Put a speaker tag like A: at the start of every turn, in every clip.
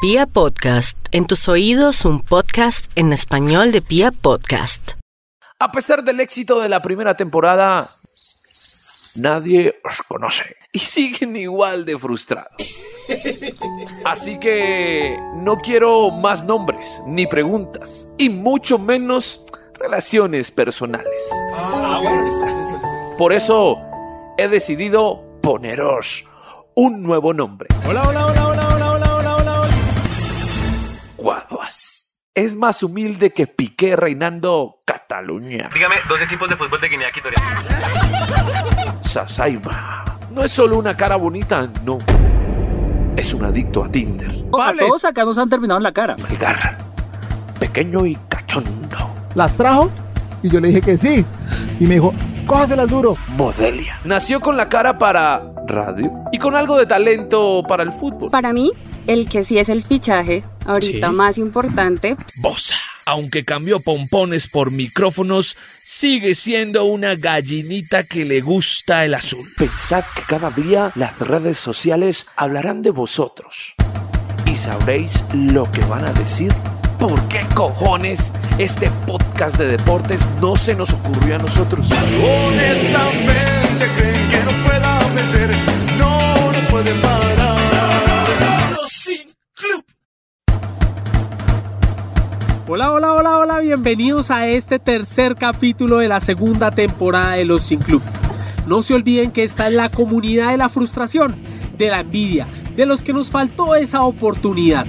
A: Pia Podcast, en tus oídos un podcast en español de Pia Podcast.
B: A pesar del éxito de la primera temporada, nadie os conoce y siguen igual de frustrados. Así que no quiero más nombres, ni preguntas, y mucho menos relaciones personales. Por eso he decidido poneros un nuevo nombre. Hola, hola, hola, hola, hola, hola, hola, hola. Guaduas. Es más humilde que Piqué reinando Cataluña.
C: Dígame, dos equipos de fútbol de Guinea Ecuatorial.
B: Sasaima. No es solo una cara bonita, no. Es un adicto a Tinder.
D: A todos acá nos han terminado en la cara.
B: Melgar. Pequeño y cachondo.
E: las trajo y yo le dije que sí. Y me dijo, cójaselas duro.
B: Modelia. Nació con la cara para radio y con algo de talento para el fútbol.
F: Para mí, el que sí es el fichaje, ahorita más importante,
B: Bosa. Aunque cambió pompones por micrófonos, sigue siendo una gallinita que le gusta el azul. Pensad que cada día las redes sociales hablarán de vosotros. Y sabréis lo que van a decir. ¿Por qué cojones este podcast de deportes no se nos ocurrió a nosotros?
G: Honestamente creen que nos pueda vencer, no nos pueden parar.
D: Hola, hola, hola, hola, bienvenidos a este tercer capítulo de la segunda temporada de Los Sin Club. No se olviden que está en la comunidad de la frustración, de la envidia, de los que nos faltó esa oportunidad.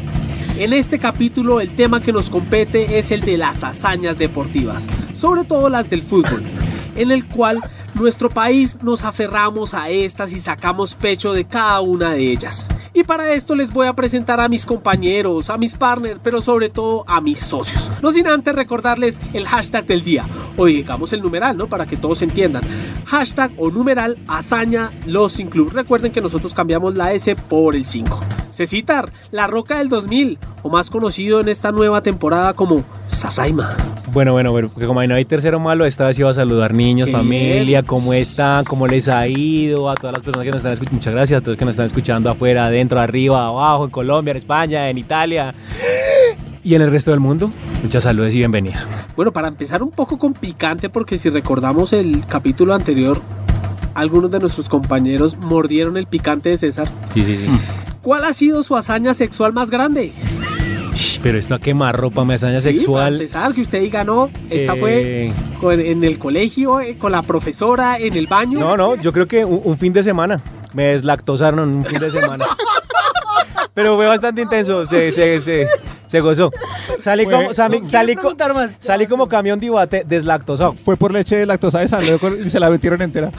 D: En este capítulo el tema que nos compete es el de las hazañas deportivas, sobre todo las del fútbol, en el cual nuestro país nos aferramos a estas y sacamos pecho de cada una de ellas. Y para esto les voy a presentar a mis compañeros, a mis partners, pero sobre todo a mis socios. No sin antes recordarles el hashtag del día. Hoy digamos el numeral, ¿no? Para que todos entiendan. Hashtag o numeral hazaña los sin club. Recuerden que nosotros cambiamos la S por el 5. Cecitar, la roca del 2000, o más conocido en esta nueva temporada como Sasaima.
H: Bueno, bueno, bueno, porque como ahí no hay tercero malo, esta vez iba a saludar niños,
D: Qué
H: familia, cómo están, cómo les ha ido, a todas las personas que nos están escuchando, muchas gracias a todos que nos están escuchando afuera, adentro, arriba, abajo, en Colombia, en España, en Italia y en el resto del mundo. Muchas saludes y bienvenidos.
D: Bueno, para empezar un poco con picante, porque si recordamos el capítulo anterior, algunos de nuestros compañeros mordieron el picante de César.
H: Sí, sí, sí.
D: ¿Cuál ha sido su hazaña sexual más grande?
H: Mm. Pero esto a quemar ropa, me hazaña
D: Sí, Para
H: sexual.
D: empezar, que usted diga, no, esta
H: eh,
D: fue con- en el colegio, eh, con la profesora, en el baño.
H: No, no, yo creo que un, un fin de semana. Me deslactosaron en un fin de semana. Pero fue bastante intenso, se, se, se, se gozó. Salí como, salí, salí co- salí como camión de Ibate deslactosado
E: Fue por leche de lactosa de San Diego y se la metieron entera.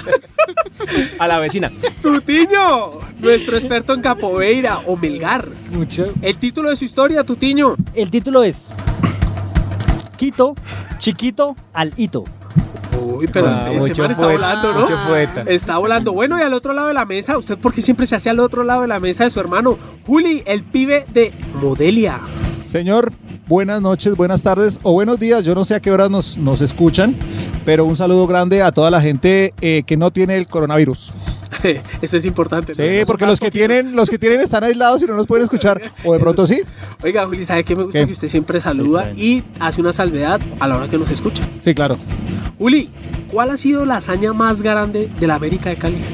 H: a la vecina.
D: Tutiño, nuestro experto en capoeira o Melgar. El título de su historia, Tutiño.
I: El título es Quito, chiquito al hito.
D: Uy, pero
H: Ah,
D: este, este
H: mucho
D: man está
H: poeta,
D: volando, ¿no?
H: Mucho poeta.
D: Está volando. Bueno, y al otro lado de la mesa, ¿usted por qué siempre se hace al otro lado de la mesa de su hermano? Juli, el pibe de Modelia.
E: Señor, buenas noches, buenas tardes o buenos días. Yo no sé a qué hora nos, nos escuchan, pero un saludo grande a toda la gente eh, que no tiene el coronavirus.
D: Eso es importante. ¿no?
E: Sí, porque los que tienen, los que tienen están aislados y no nos pueden escuchar. O de pronto sí.
D: Oiga, Juli, ¿sabe qué me gusta?
E: ¿Qué?
D: Que usted siempre saluda y hace una salvedad a la hora que nos escucha.
E: Sí, claro.
D: Juli, ¿cuál ha sido la hazaña más grande de la América de Cali?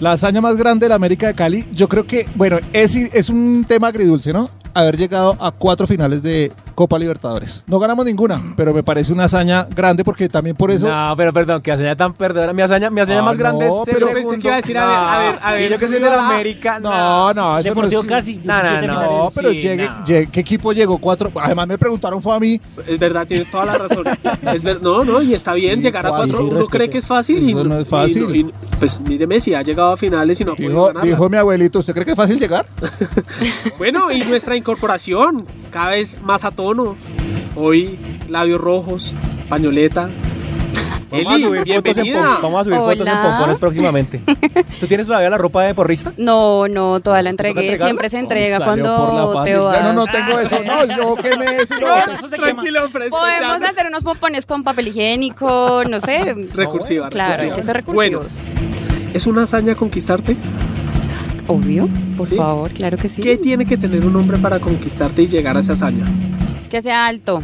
E: La hazaña más grande de la América de Cali, yo creo que, bueno, es, es un tema agridulce, ¿no? Haber llegado a cuatro finales de Copa Libertadores. No ganamos ninguna, pero me parece una hazaña grande porque también por eso...
H: No, pero perdón, que hazaña tan perdedora. Mi hazaña, mi hazaña
E: Ah,
H: más
E: no,
H: grande es ser
E: pero- Yo
D: pensé
H: segundo.
D: que iba a decir, a ver, a ver, a
H: Y
D: ver,
H: yo que soy
D: subió
H: de la
D: la-
H: América.
E: No, no, eso no
I: Deportivo
E: es-
I: casi.
H: No, no,
I: 17
H: no.
I: finales.
E: No, pero
H: Sí,
E: llegue-
H: no.
E: llegue- ¿qué equipo llegó cuatro? Además me preguntaron, fue a mí.
D: Es verdad, tiene toda la razón. Es ver- no, no, y está bien,
E: Sí,
D: llegar a
E: cuatro,
D: cuatro,
E: sí,
D: uno
E: respeto.
D: cree que es fácil. Y,
E: Eso no es fácil.
D: y- y- pues mire Messi, ha llegado a finales y no ha podido
E: Dijo,
D: ganarlas.
E: dijo mi abuelito, ¿usted cree que es fácil llegar?
D: Bueno, y nuestra incorporación, cada vez más a tono. Hoy, labios rojos, pañoleta.
H: Vamos a
D: Eli,
H: subir fotos en,
D: bienvenida.
H: pom- vamos a subir fotos en
F: Hola.
H: pompones próximamente. ¿Tú tienes todavía la ropa de porrista?
F: no, no, toda la entregué,
H: entregarla?
F: siempre se entrega
H: Uy, salió por la
F: cuando
H: fácil.
F: te
H: Ya
F: vas.
E: Yo no, no tengo eso. No, yo quemé eso. y lo boté.
I: Eso se quema.
D: Tranquilo, fresco.
F: Podemos
D: ya.
F: hacer unos pompones con papel higiénico, no sé.
D: Recursiva,
F: Claro, hay
D: recursiva.
F: que ser
D: Bueno,
F: recursivos.
D: ¿es una hazaña conquistarte?
J: Obvio, por
D: ¿Sí?
J: favor, claro que sí.
D: ¿Qué tiene que tener un hombre para conquistarte y llegar a esa hazaña?
J: Que sea alto.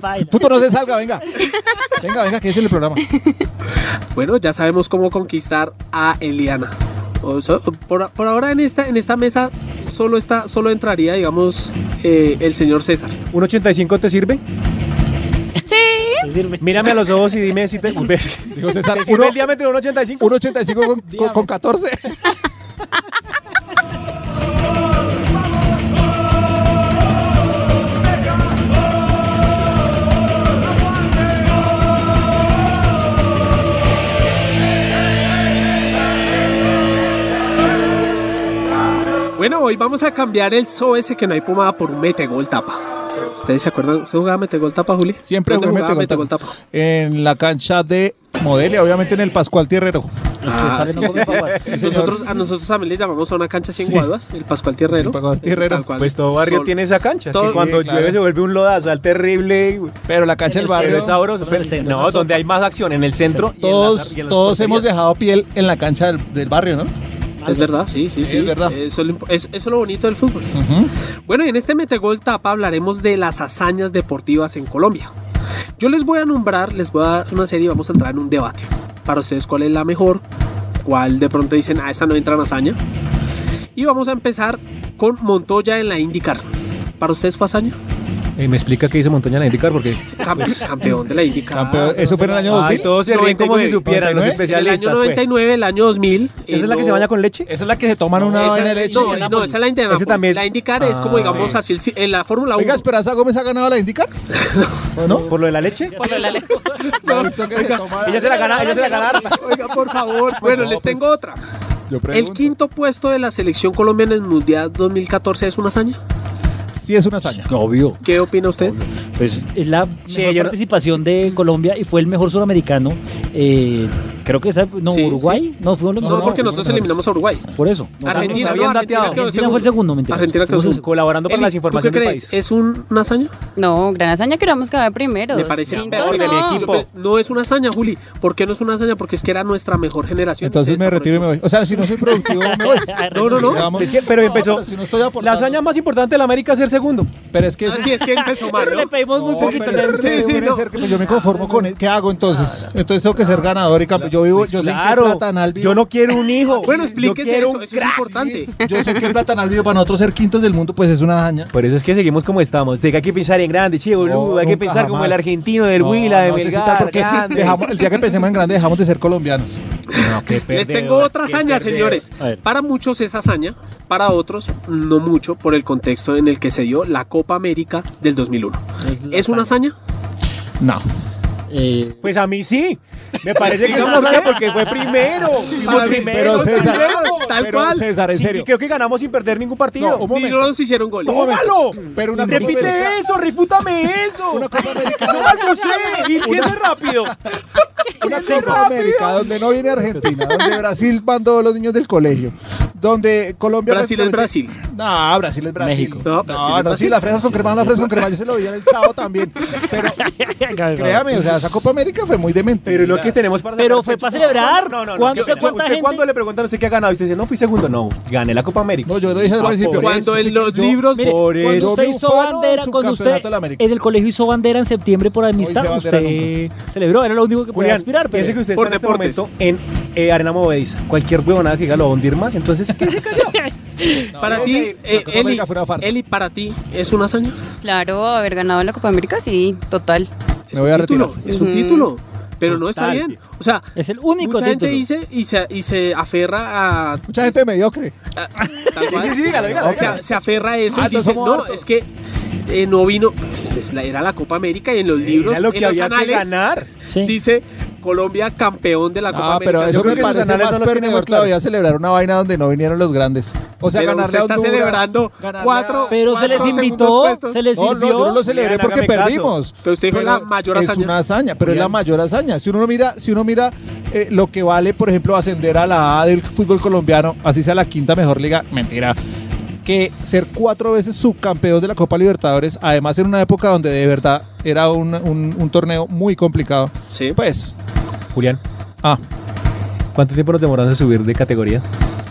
I: Baila.
E: Puto, no se salga, venga. Venga, venga, que es el programa.
D: Bueno, ya sabemos cómo conquistar a Eliana. O sea, por, por ahora en esta, en esta mesa solo, está, solo entraría, digamos, eh, el señor César.
H: ¿Un 85 te sirve?
J: Sí.
I: Se sirve.
H: Mírame a los ojos y dime si te. Uy, ves.
E: Dijo César,
H: ¿Te sirve el
E: 1.85
H: diámetro de un 85?
E: con, con, con 14.
D: Bueno, hoy vamos a cambiar el so ese que no hay pomada por un metegol tapa. ¿Ustedes se acuerdan? ¿Usted jugaba metegol tapa, Juli?
E: Siempre
D: ¿Dónde
E: jugué
D: jugaba
E: metegol tapa. En la cancha de Modelia, obviamente en el Pascual Tierrero.
D: Ah,
I: Sale
D: sí,
I: un
D: sí.
I: poco de papas.
E: Sí, señor.
D: Nosotros, a nosotros también le llamamos a una cancha sin
E: Sí.
D: guaduas, el Pascual Tierrero.
E: El Pascual Tierrero.
D: Tal cual.
H: Pues todo barrio
D: Sol-
H: tiene esa cancha.
D: todo-
H: que cuando
E: Sí, claro.
H: llueve se vuelve un lodazal terrible. güey.
E: Pero la cancha
I: En
E: del
I: el
E: barrio.
H: Pero es sabroso.
I: Solo en el centro,
H: no,
I: una
H: donde
I: sopa.
H: hay más acción, en el centro. y en las-
E: Todos,
H: y en las
E: todos hemos
H: porterías.
E: dejado piel en la cancha del, del barrio, ¿no?
D: Es verdad, sí, sí,
E: Es
D: sí.
E: verdad.
D: Eso es lo impo- es- eso es lo bonito del fútbol.
E: Ujú.
D: Bueno, y en este Metegol Tapa hablaremos de las hazañas deportivas en Colombia. Yo les voy a nombrar, les voy a dar una serie y vamos a entrar en un debate. Para ustedes, ¿cuál es la mejor? ¿Cuál de pronto dicen, ah, esta no entra en hazaña? Y vamos a empezar con Montoya en la IndyCar. ¿Para ustedes fue hazaña?
H: Eh, me explica qué dice Montaña en indicar porque.
D: Campe- campeón de la IndyCar.
E: Campeón- eso fue en el año 2000.
H: Ay, todos se ríen como si
E: 99,
H: supieran los
E: 99.
D: En el año
H: especialistas. pues.
D: 99, el año 2000.
H: ¿Esa es la que se baña con leche?
E: Esa es la que se toman una
D: esa,
E: vaina de leche.
D: No, no, esa es la Indianapolis.
H: Ese también.
D: La IndyCar es como,
H: Ah,
D: digamos,
H: sí.
D: así el- en la Fórmula 1.
E: Oiga, Esperanza Gómez ha ganado la IndyCar. ¿O no?
H: ¿Por lo de la leche?
E: ¿No ha visto que se toma-
H: Ella se la gana, ella se la ganaron.
D: Oiga, por favor. Bueno,
E: No,
D: les
E: pues,
D: tengo otra.
E: Yo
D: ¿El
E: pregunto.
D: quinto puesto de la selección colombiana en el Mundial 2014 es una hazaña?
E: Sí es una hazaña.
I: Obvio.
D: ¿Qué opina usted?
I: Pues es la
H: Sí,
I: mejor
H: yo no-
I: participación de Colombia y fue el mejor suramericano. eh, creo que esa, no,
D: Sí,
I: Uruguay. No, fue uno de los
D: No,
I: mejores.
D: porque nosotros eliminamos a Uruguay.
I: Por eso.
D: Argentina,
H: habían
D: no, Argentina
H: dateado.
D: quedó
I: Argentina fue el segundo, mentira.
D: Argentina quedó
I: Fuimos el
D: segundo.
H: Pues, Colaborando para
D: Eli,
H: las
D: ¿Tú qué
H: informaciones del
D: crees?
H: país.
D: ¿Es un- una hazaña?
J: No, gran hazaña que hubiéramos quedado primeros.
D: Me parece
J: Quinto,
D: aberrante
H: de mi
J: no.
H: equipo.
D: Pe- No es una hazaña, Juli. ¿Por qué no es una hazaña? Porque es que era nuestra mejor generación.
E: Entonces me
D: Ustedes
E: retiro y me voy. O sea, si no soy productivo, me voy.
D: No, no, no.
E: Digamos-
H: Es que- pero empezó-
E: pero si no estoy aportando.
H: La hazaña Ah, más importante de la América es ser segundo.
E: Pero es que.
D: aprovechó. Así Ah, es que empezó mal,
I: Le
D: ¿no?
I: pedimos
E: No,
I: mucho
E: pero
I: que
E: es que
D: Sí, sí,
E: debe
D: no.
E: ser que yo me conformo con él. ¿Qué hago entonces? Entonces tengo que ser ganador y campeón. Yo vivo, yo sé que
H: Claro,
E: Platanal vivo.
H: yo no quiero un hijo.
D: Bueno,
H: yo
D: explíquese
H: quiero
D: eso.
H: un
D: Eso es
H: crack.
D: importante.
E: Yo sé que Platanal vivo para nosotros ser quintos del mundo, pues es una hazaña.
H: Por eso es que seguimos como estamos. De que hay que pensar en grande, che, boludo.
E: No,
H: hay que
E: nunca
H: pensar como
E: jamás.
H: el argentino del
E: No,
H: Huila, de
E: no sé si
H: Melgar,
E: tal, porque
H: grande.
E: dejamos- el día que pensemos en grande dejamos de ser colombianos.
D: Les tengo otra hazaña, señores.
I: A ver.
D: Para muchos es hazaña, para otros no mucho por el contexto en el que se dio la Copa América del 2001. ¿Es una hazaña?
E: No.
I: Eh,
H: Pues a mí sí. Me parece que es una hazaña porque fue primero. Fuimos
D: Para mí,
H: primeros,
E: pero César-
H: primeros.
D: Tal
E: Pero
D: cual.
E: César, en
H: Sí,
E: serio.
H: y creo que ganamos sin perder ningún
E: No,
H: partido.
E: un
D: Y
E: momento.
D: no nos hicieron goles.
E: Un momento.
H: ¡Tómalo!
E: Pero una Copa
H: Repite
E: América-
H: eso, refútame eso.
E: Una Copa
H: No
E: Americana.
H: balbucee, empiece rápido.
E: Una Copa América donde no viene Argentina, donde Brasil mandó a los niños del colegio, donde Colombia.
D: Brasil es Brasil.
E: No, Brasil es Brasil.
I: México.
D: No,
E: No,
D: Brasil
E: no,
D: es Brasil.
E: sí, las fresas con crema, las fresas con crema. Yo se lo vi al chavo también. Pero créame, o sea, esa Copa América fue muy demente.
H: Pero lo que tenemos para
I: Pero
H: sacar
I: fue
H: pecho-
I: para celebrar.
H: No, no, no.
I: ¿Cuánto-
H: ¿Qué-
I: cuánta
H: usted
I: gente?
H: cuándo le preguntan a usted qué ha ganado? Y usted dice, no, fui segundo. No, gané la Copa América.
E: No, yo lo dije al
H: Ah,
E: principio.
H: por
D: Cuando
H: eso,
D: en los
E: yo-
D: libros.
I: mire,
H: Por
I: cuando
H: eso.
I: usted
E: Yo me
I: hizo
E: ufano
I: bandera,
E: del
I: cuando usted
E: subcampeonato de la América.
I: en el colegio hizo bandera en septiembre por amistad,
E: hice bandera
I: usted celebró, era lo único que
H: Julián,
I: podía aspirar.
H: piense que
I: Pero...
H: usted
D: Por
H: está en este
D: deportes.
H: momento en eh, Arena Movediza. Cualquier huevonada que diga lo va a hundir más. Entonces, ¿qué se calla?
D: Para
E: no,
D: ti,
E: sí,
D: eh,
E: la Copa
D: Eli,
E: América fue una farsa.
D: Eli, para ti, ¿es una hazaña?
J: Claro, haber ganado la Copa América, sí, total.
D: Es
E: Me voy
D: un
E: a
D: título,
E: retirar.
D: Es un
J: Ujú.
D: título. Pero no está
H: Total.
D: bien. O sea,
I: Es el único
D: mucha gente
I: título.
D: dice y se, y se aferra a.
E: Mucha gente mediocre.
D: Tal cual.
H: Sí, sí, sí, dígalo, dígalo,
D: O sea,
H: dígalo.
D: se aferra a eso
E: Ah,
D: y dice,
E: entonces somos
D: no,
E: hartos".
D: es que eh, no vino, pues, la- era la Copa América y en los libros,
H: Era lo que
D: en los
H: había que
D: anales,
H: ganar.
I: Sí.
D: dice Colombia campeón de la Copa
E: Ah,
D: América.
E: pero
D: Yo
E: eso
D: creo
E: me
D: que
H: esos
E: parece
H: anales
E: más
H: no los tiene muy
E: perdedor
H: claros.
E: todavía celebrar una vaina donde no vinieron los grandes. O sea,
D: Pero
E: ganarle
D: usted
E: a
D: está
E: Honduras,
D: celebrando
E: ganarle
D: cuatro-
E: a-
I: Pero se
D: ¿Cuántos
I: les
D: segundos
I: invitó,
D: puestos?
I: se les
E: No, no, yo no
I: sirvió.
E: lo celebré
H: Julián,
E: porque
H: hágame caso.
E: perdimos.
D: Pero usted dijo la mayor
E: es
D: hazaña.
E: una hazaña, pero es la
H: Julián.
E: mayor hazaña. Si uno mira, si uno mira eh, lo que vale, por ejemplo, ascender a la A del fútbol colombiano, así sea la quinta mejor liga, mentira. Que ser cuatro veces subcampeón de la Copa Libertadores, además en una época donde de verdad era un, un- un torneo muy complicado.
D: Sí.
E: Pues,
H: Julián,
E: ah,
H: ¿cuánto tiempo nos demoramos en subir de categoría?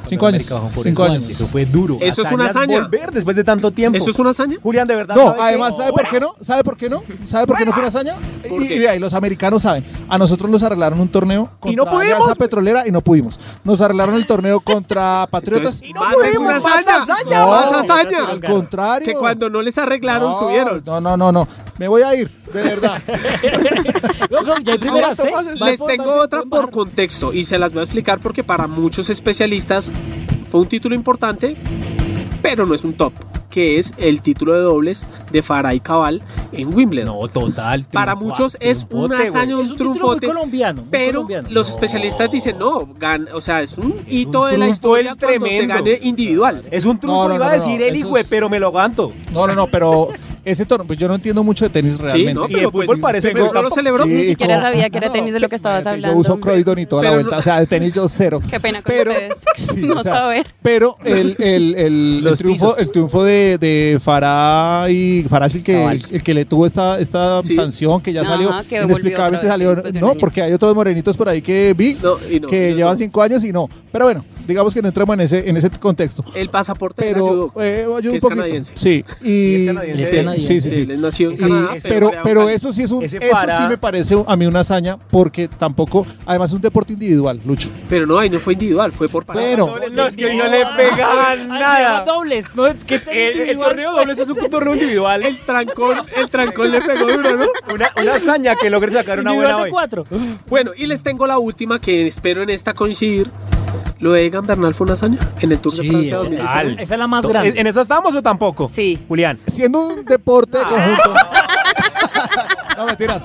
E: Cinco años. Cinco años.
H: Eso fue duro.
D: Eso es una hazaña.
H: Volver después de tanto tiempo.
D: ¿Eso es una hazaña?
H: Julián, de verdad.
E: No,
H: sabe que-
E: además, ¿sabe por qué no? ¿Sabe por qué no? ¿Sabe por qué no fue una hazaña? Y, y ahí los americanos saben. A nosotros nos arreglaron un torneo contra
H: Y no pudimos,
E: Alianza Petrolera y no pudimos. Nos arreglaron el torneo contra Patriotas.
D: Entonces, más es una
H: pudimos, más
D: hazaña.
H: hazaña,
E: No,
D: más
E: Al
D: hazaña.
E: contrario.
D: Que cuando no les arreglaron,
E: no,
D: subieron.
E: No, no, no, no. Me voy a ir, de verdad.
I: No, creo que ya hay primeras, ¿eh?
E: Tomás,
I: Va
D: Les
I: por-
D: tengo
I: también,
D: otra
I: pueden
D: por
I: bajar.
D: contexto y se las voy a explicar porque para muchos especialistas fue un título importante, pero no es un top, que es el título de dobles de Farah y Cabal en Wimbledon.
H: No, total.
D: para
H: triunfo-
D: muchos es
H: triunfote,
D: una
H: güey.
D: hazaña,
I: Es
D: un,
I: un título muy
D: triunfote.
I: colombiano. muy
D: Pero
I: colombiano.
D: los especialistas dicen, no, gan- o sea, es un hito
H: un
D: de la
H: triunfo
D: historia
H: el
D: cuando se
H: tremendo.
D: gane individual.
H: Es un
E: No,
H: truco,
E: no,
H: iba
E: no,
H: a
E: no,
H: decir
E: eso
H: el
E: es-
H: güey, pero me lo aguanto.
E: No, no, no, pero ese torneo, pues yo no entiendo mucho de tenis realmente.
D: no,
H: Y el
D: pero pues,
H: fútbol parece
D: pero
H: fútbol.
D: no lo celebró.
E: Sí,
D: Ni siquiera-
J: siquiera
E: como-
J: sabía que era tenis de lo que estabas
E: Imagínate,
J: hablando,
E: Yo uso
J: hombre.
E: Croydon y toda la
D: Pero
E: vuelta.
D: no-
E: O sea, de tenis yo cero.
J: Qué pena con
E: Pero,
J: ustedes.
E: sí,
J: no
E: o sea,
J: saber.
E: pero el, el, el- el
H: Los
E: triunfo,
H: pisos.
E: el triunfo de, de Farah y Farah es el que,
H: Cabal.
E: el, el que le tuvo esta, esta
D: Sí.
E: sanción que ya
J: Ajá,
E: salió
J: que volvió
E: inexplicablemente
J: otra vez
E: salió.
J: después de un
E: No,
J: año.
E: porque hay otros morenitos por ahí que vi
D: No, y no, y
E: que
D: no,
E: llevan
D: no.
E: cinco años y no. Pero bueno, digamos que no entremos en ese, en ese contexto.
D: El pasaporte del
E: Pero
D: judo,
E: eh, ayuda
D: que
E: un
D: es
E: poquito.
D: canadiense.
E: Sí, y
H: es canadiense.
I: Es canadiense.
E: sí, sí,
D: Sí,
E: sí.
D: él nació en
E: Y-
D: Canadá,
E: pero
D: creado
E: pero
D: acá.
E: eso sí es un
H: Ese
E: eso sí
H: Farah-
E: me parece a mí una hazaña porque tampoco además es un deporte individual, Lucho.
D: Pero no, ahí no fue individual, fue por pareja.
E: Pero
H: No, es que hoy no le pegaban
I: Ay,
H: nada.
I: Ah, lleva dobles. No, ¿Qué
H: El, el torneo doble es un torneo individual.
D: El trancón, el trancón le pegó duro, ¿no?
H: Una, una hazaña que logre sacar una buena hoy.
I: cuatro.
D: Bueno, y les tengo la última que espero en esta coincidir. Lo de Egan Bernal fue una hazaña en el Tour de Francia
H: es
D: 2019.
H: total.
I: Esa es la más
H: ¿En, en
I: grande.
H: esa estamos o tampoco?
J: Sí.
H: Julián.
E: siendo un deporte de conjunto. no mentiras.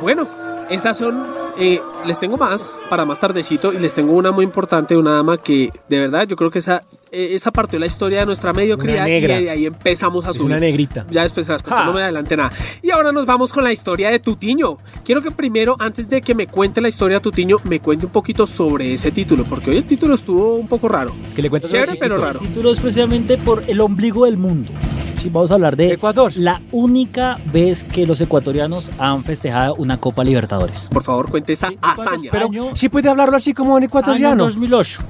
D: Bueno, esas son. eh, les tengo más para más tardecito y les tengo una muy importante, una dama que de verdad yo creo que esa, eh, esa partió la historia de nuestra mediocridad y
H: negra.
D: de ahí empezamos a
H: Es
D: subir.
H: una Ah. negrita.
D: Ya después se las cuento,
H: Ja.
D: no me adelante nada. Y ahora nos vamos con la historia de Tutiño. Quiero que primero, antes de que me cuente la historia de Tutiño, me cuente un poquito sobre ese título, porque hoy el título estuvo un poco raro.
H: Que le cuentas
D: Chévere, pero raro.
I: El título es precisamente por el ombligo del mundo. Sí, vamos a hablar de
H: Ecuador.
I: la única vez que los ecuatorianos han festejado una Copa Libertadores.
D: Por favor, cuente esa hazaña.
I: Pero
H: Sí puede hablarlo así como en
I: año
H: ecuatoriano.
I: 2008.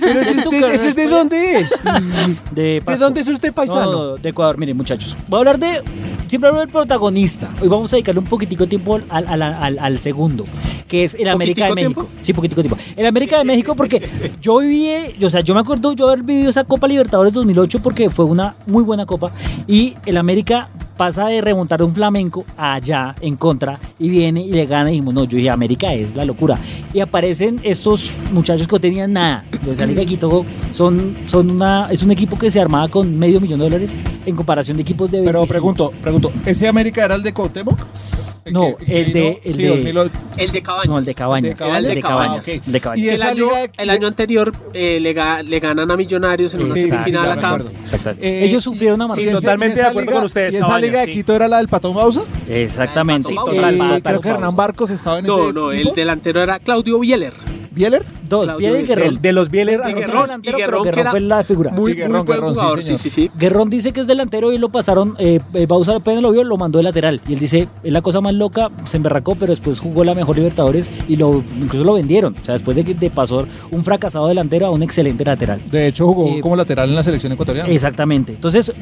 H: Pero ese es
I: ¿Tú
H: de-
I: qué
H: ese es de
I: respondes?
H: dónde es.
I: De,
H: ¿De
I: Pasto.
H: dónde es usted
I: No,
H: paisano?
I: no, de Ecuador. Miren, muchachos. Voy a hablar de. Siempre hablo del protagonista. Hoy vamos a dedicarle un poquitico de tiempo al, al- al- al segundo, que es el América de
D: ¿Poquitico
I: México. Sí, poquitico tiempo. El América de México, porque yo viví. O sea, yo me acuerdo yo haber vivido esa Copa Libertadores 2008 porque fue una muy buena copa. Y el América pasa de remontar un flamenco allá en contra y viene y le gana. Y dijimos, no, yo dije, América es la locura. Y aparecen estos muchachos que no tenían nada. Los de América de Quito son, son una, es un equipo que se armaba con medio millón de dólares en comparación de equipos de 25.
E: Pero pregunto, pregunto, ¿ese América era el de Cuauhtémoc?
I: No, el de- el
E: sí,
I: de-
E: 2008.
D: el de Cabañas.
I: No, el de Cabañas.
E: Era el de
I: de
E: Cabañas.
I: Cabañas.
E: Ah, ok.
I: el de Cabañas.
E: Y
D: el,
E: esa
D: año,
E: liga de-
D: el año anterior eh, le, ga- le ganan a Millonarios en una
E: Sí, sí,
D: semifinal
E: sí, ya me
D: acá.
E: acuerdo.
I: Exactamente.
E: Eh,
I: Ellos sufrieron a
E: Sí,
H: Sí,
E: ese-
I: Marcelo.
H: totalmente
E: y esa
H: de acuerdo con ustedes,
E: ¿Y esa
H: Cabañas,
E: liga de
H: sí.
E: Quito era la del Patón Bausa?
I: Exactamente.
D: Sí,
I: Eh,
E: Eh,
H: Pato
E: creo que
H: Bausa.
E: Hernán Barcos estaba en
D: No,
E: ese
D: no, el
E: equipo.
D: delantero era Claudio Bieler.
E: ¿Bieler?
I: Dos,
D: Claudio
I: Pierre
H: De,
I: Guerrero.
D: Guerrón.
H: de los Bieler.
D: Y
H: a los
D: Guerrón,
H: dos.
D: y
I: pero
D: Guerrón, que
I: Guerrón
D: era
I: fue la figura.
D: muy,
E: Sí, Guerrón,
D: muy buen
E: Guerrón, sí,
D: jugador. Sí,
E: señor.
D: sí, sí.
I: Guerrón dice que es delantero y lo pasaron. Eh, eh, Bausa apenas lo vio, lo mandó de lateral. Y él dice: Es la cosa más loca, se emberracó, pero después jugó la mejor Libertadores y lo incluso lo vendieron. O sea, después de que de pasó un fracasado delantero a un excelente lateral.
E: De hecho, jugó
I: Eh,
E: como lateral en la selección ecuatoriana.
I: Exactamente. Entonces,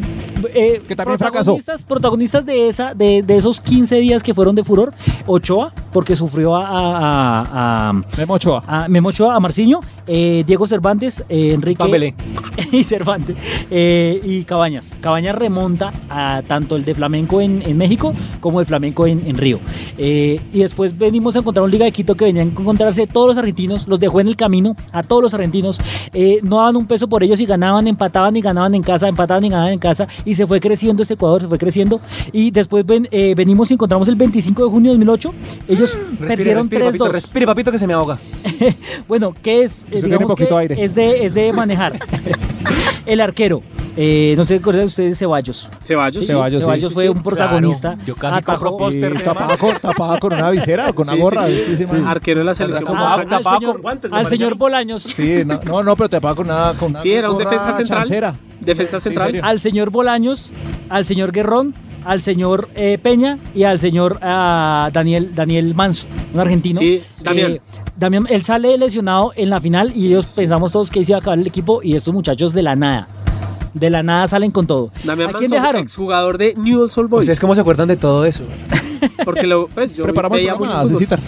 I: eh,
E: Que también fracasó.
I: protagonistas, protagonistas de, esa, de, de esos 15 días que fueron de furor, Ochoa, porque sufrió a, a, a-
E: Memo Ochoa.
I: a- a Memo Ochoa, Ah, a Marciño, eh, Diego Cervantes, eh, Enrique
H: Pambelé.
I: y Cervantes eh, y Cabañas. Cabañas remonta a tanto el de flamenco en, en México como el flamenco en, en Río. Eh, y después venimos a encontrar un Liga de Quito que venían a encontrarse todos los argentinos, los dejó en el camino a todos los argentinos, eh, no daban un peso por ellos y ganaban, empataban y ganaban en casa, empataban y ganaban en casa y se fue creciendo este Ecuador, se fue creciendo. Y después ven- eh, venimos y encontramos el 25 de junio de 2008, ellos
H: Mm, Respire,
I: perdieron
H: respire, papito,
I: 3-2.
H: respire, papito, que se me ahoga.
I: Bueno, ¿qué es? Eh,
E: tiene
I: digamos
E: poquito
I: que
E: aire.
I: Es de, es de manejar. el arquero. Eh, no sé si recuerdan ustedes Ceballos.
D: Ceballos, sí.
E: Ceballos, sí,
I: Ceballos
E: sí,
I: fue
E: sí.
I: un protagonista.
H: Claro, yo casi
I: atajó-
H: compro póster.
E: Y
H: Poster de
E: tapaba
H: más.
E: con, tapaba con una visera o con una
D: Sí,
E: gorra.
D: sí,
E: Sí, sí, man.
D: Arquero de la selección.
H: Ah,
D: Bogotá.
I: Ah,
H: tapaba
I: al señor-
H: con guantes, me
I: Al
H: parece.
I: señor Bolaños.
E: Sí, no, no, no, pero tapaba con una. Con una
D: Sí, era un
E: gorra
D: defensa central.
E: chancera.
D: Defensa
E: Sí,
D: central.
E: serio.
I: al señor Bolaños, al señor Guerrón, al señor eh, Peña y al señor ah, Daniel, Daniel Manso, un argentino. Eh,
D: Sí, Damián.
I: Damián, él sale lesionado en la final y ellos
D: sí.
I: pensamos todos que ahí se iba a acabar el equipo y estos muchachos de la nada, de la nada salen con todo.
D: Damián
I: ¿A quién
D: Manso,
I: dejaron?
D: exjugador de Newell's Old Boys.
H: ¿Ustedes cómo se acuerdan de todo eso?
D: Porque lo, pues, yo
E: Preparamos el
D: veía mucho
E: programa,
D: fútbol.
E: Cecitar.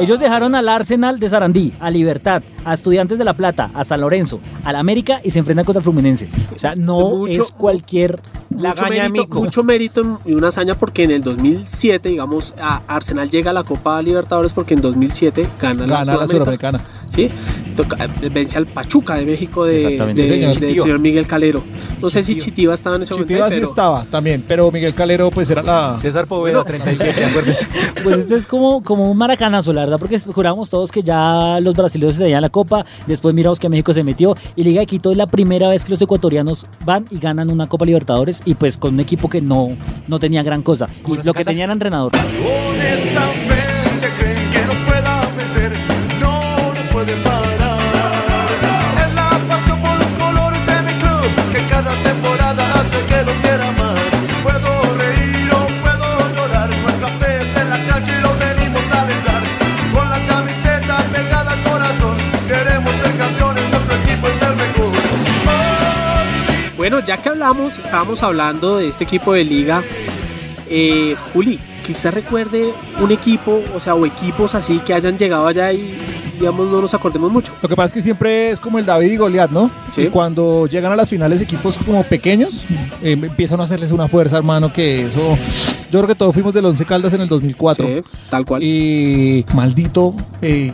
I: Ellos dejaron al Arsenal de Sarandí, a Libertad, a Estudiantes de La Plata, a San Lorenzo, al América y se enfrentan contra el Fluminense. O sea,
E: Pues
I: no
D: Mucho-
I: es cualquier...
H: La
D: mucho,
H: gaña de
D: mérito,
H: Mico.
D: mucho mérito y una hazaña porque en el 2007, digamos, a Arsenal llega a la Copa Libertadores porque en 2007 gana, la
E: Gana la
D: Sudamericana.
E: Suramericana.
D: ¿sí? Toca- eh, vence al Pachuca de México de,
I: Exactamente.
D: de-
E: Sí, señor.
D: de
E: Chitiba.
D: señor Miguel Calero. No sé si Chitiba estaba en ese
E: Chitiba
D: momento,
E: sí
D: ahí, pero
E: estaba también, pero Miguel Calero, pues era la.
H: César Poveda, 37, acuérdese.
I: Pues este es como, como un maracanazo, la verdad, porque juramos todos que ya los brasileños se tenían la copa, después miramos que México se metió y Liga de Quito es la primera vez que los ecuatorianos van y ganan una Copa Libertadores y pues con un equipo que no, no tenía gran cosa.
H: Como
I: Y
H: los
I: lo que
H: catas.
I: tenía era entrenador.
G: Honestamente creen que nos pueda vencer, no nos pueden parar. Es la pasión por los colores de mi club que cada temporada hace que los quiera más. Puedo reír o puedo llorar, nuestra fe está en la calle y lo venimos a alentar. Con la camiseta pegada al corazón, queremos ser campeones, nuestro equipo es el mejor.
D: bueno, ya que hablamos, estábamos hablando de este equipo de liga. Eh, Juli, que usted recuerde un equipo, o sea, o equipos así que hayan llegado allá y, digamos, no nos acordemos mucho.
E: Lo que pasa es que siempre es como el David y Goliat, ¿no?
D: Sí.
E: Y cuando llegan a las finales equipos como pequeños, eh, empiezan a hacerles una fuerza, hermano, que eso... Yo creo que todos fuimos del Once Caldas en el 2004.
D: Sí, tal cual.
E: Y maldito eh,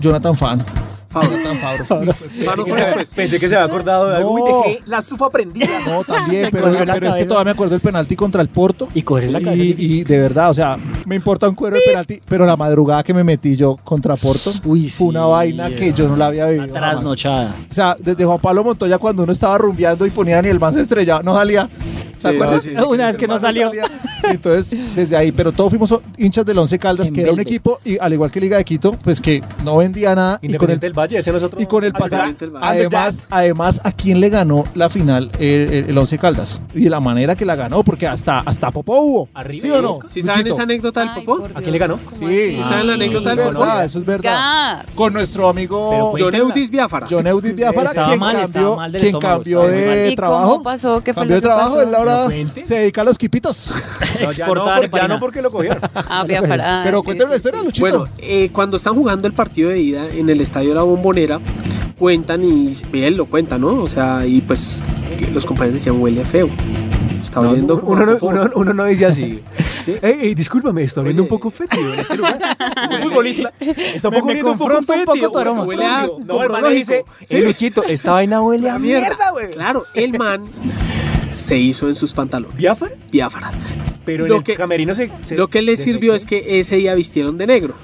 E: Jonathan Fan.
D: Favor.
E: Jonathan Fabro.
D: Ah.
E: pues,
H: Pensé
D: Fabro
H: que
D: fue
H: se-
D: después.
H: Pensé que se había acordado de algo.
E: No.
D: La estufa prendida.
E: No, también,
I: Se
E: pero,
I: colgó
E: pero
I: la
E: es que
I: cabeza.
E: todavía me acuerdo el penalti contra el Porto.
I: Y coger la cabeza.
E: Y, y de verdad, o sea, me importa un cuero el penalti, pero la madrugada que me metí yo contra Porto
I: Uy,
E: fue una
I: sí,
E: vaina que yo no la había vivido.
I: Una
E: jamás.
I: trasnochada.
E: O sea, desde Juan Pablo Montoya cuando uno estaba rumbeando y ponían y el man se estrellaba, no salía. ¿Se
D: Sí,
E: acuerdan?
D: sí,
I: sí, sí. Una vez que
E: El
I: no
E: man
I: salió.
E: salía. Entonces, desde ahí, pero todos fuimos hinchas del Once Caldas,
I: En
E: que era un
I: Velvet.
E: equipo, y al igual que Liga de Quito, pues que no vendía nada. Y con el,
H: Independiente del Valle, ese nosotros.
E: y con el pasar.
D: Independiente del Valle.
E: Además, además, ¿a quién le ganó la final eh, el, el Once Caldas? Y de la manera que la ganó, porque hasta, hasta Popó hubo.
H: Arriba.
E: ¿Sí o no?
D: ¿Sí saben
E: Luchito?
D: esa anécdota del
J: Ay,
D: popó?
J: por
H: ¿A quién
J: Dios,
H: le ganó?
J: ¿cómo
E: Sí.
J: así?
E: Ah,
D: ¿Saben la anécdota del
E: Eso es
D: Popó?
E: verdad, eso es verdad.
J: Gas.
E: Con nuestro
H: Pero
E: amigo
H: fue-
D: John Eutis Biafara.
E: John Eudis Biafara,
I: Estaba
E: quien
I: mal, estaba
E: cambió,
I: mal del
E: quien
I: estómago,
E: cambió
I: estaba muy
E: de
J: ¿Y
E: trabajo.
J: cómo pasó? ¿Qué fue
E: Cambió de
J: lo que
E: trabajo,
J: pasó?
E: él ahora
H: Pero cuente.
E: se dedica a los quipitos.
H: No, ya no,
I: Exportar
H: por- ya
I: heparina.
H: no porque lo cogieron.
J: Ah, Biafara. Ah,
E: Pero
J: sí,
E: cuéntame la
J: sí,
E: historia,
J: sí.
E: Luchito.
D: Bueno, eh, cuando están jugando el partido de ida en el estadio La Bombonera, cuentan y él lo cuenta, ¿no? O sea, y pues que los compañeros decían huele a feo. Está
H: No,
D: oliendo.
H: uno,
D: como
H: no-
D: popó".
H: uno- uno no dice así. Ey, ey, Eh, discúlpame, está oliendo
D: Oye.
H: un poco fétido en este lugar. Un futbolista. Está un poco
I: me
H: oliendo un poco
I: confronta un
H: fétido.
I: poco tu aroma.
H: Huele a
D: Huele a
H: no, el man
D: coprológico.
H: dice,
D: Sí.
H: "Ey, eh, Luchito, esta vaina huele a
D: La
H: mierda.
D: mierda, güey. Claro, el man se hizo en sus pantalones.
H: ¿Biafara?
D: Biafara.
H: Pero
D: Lo
H: en
D: que-
H: el camerino se... se-
D: Lo que le
H: se-
D: sirvió es que ese día vistieron de negro.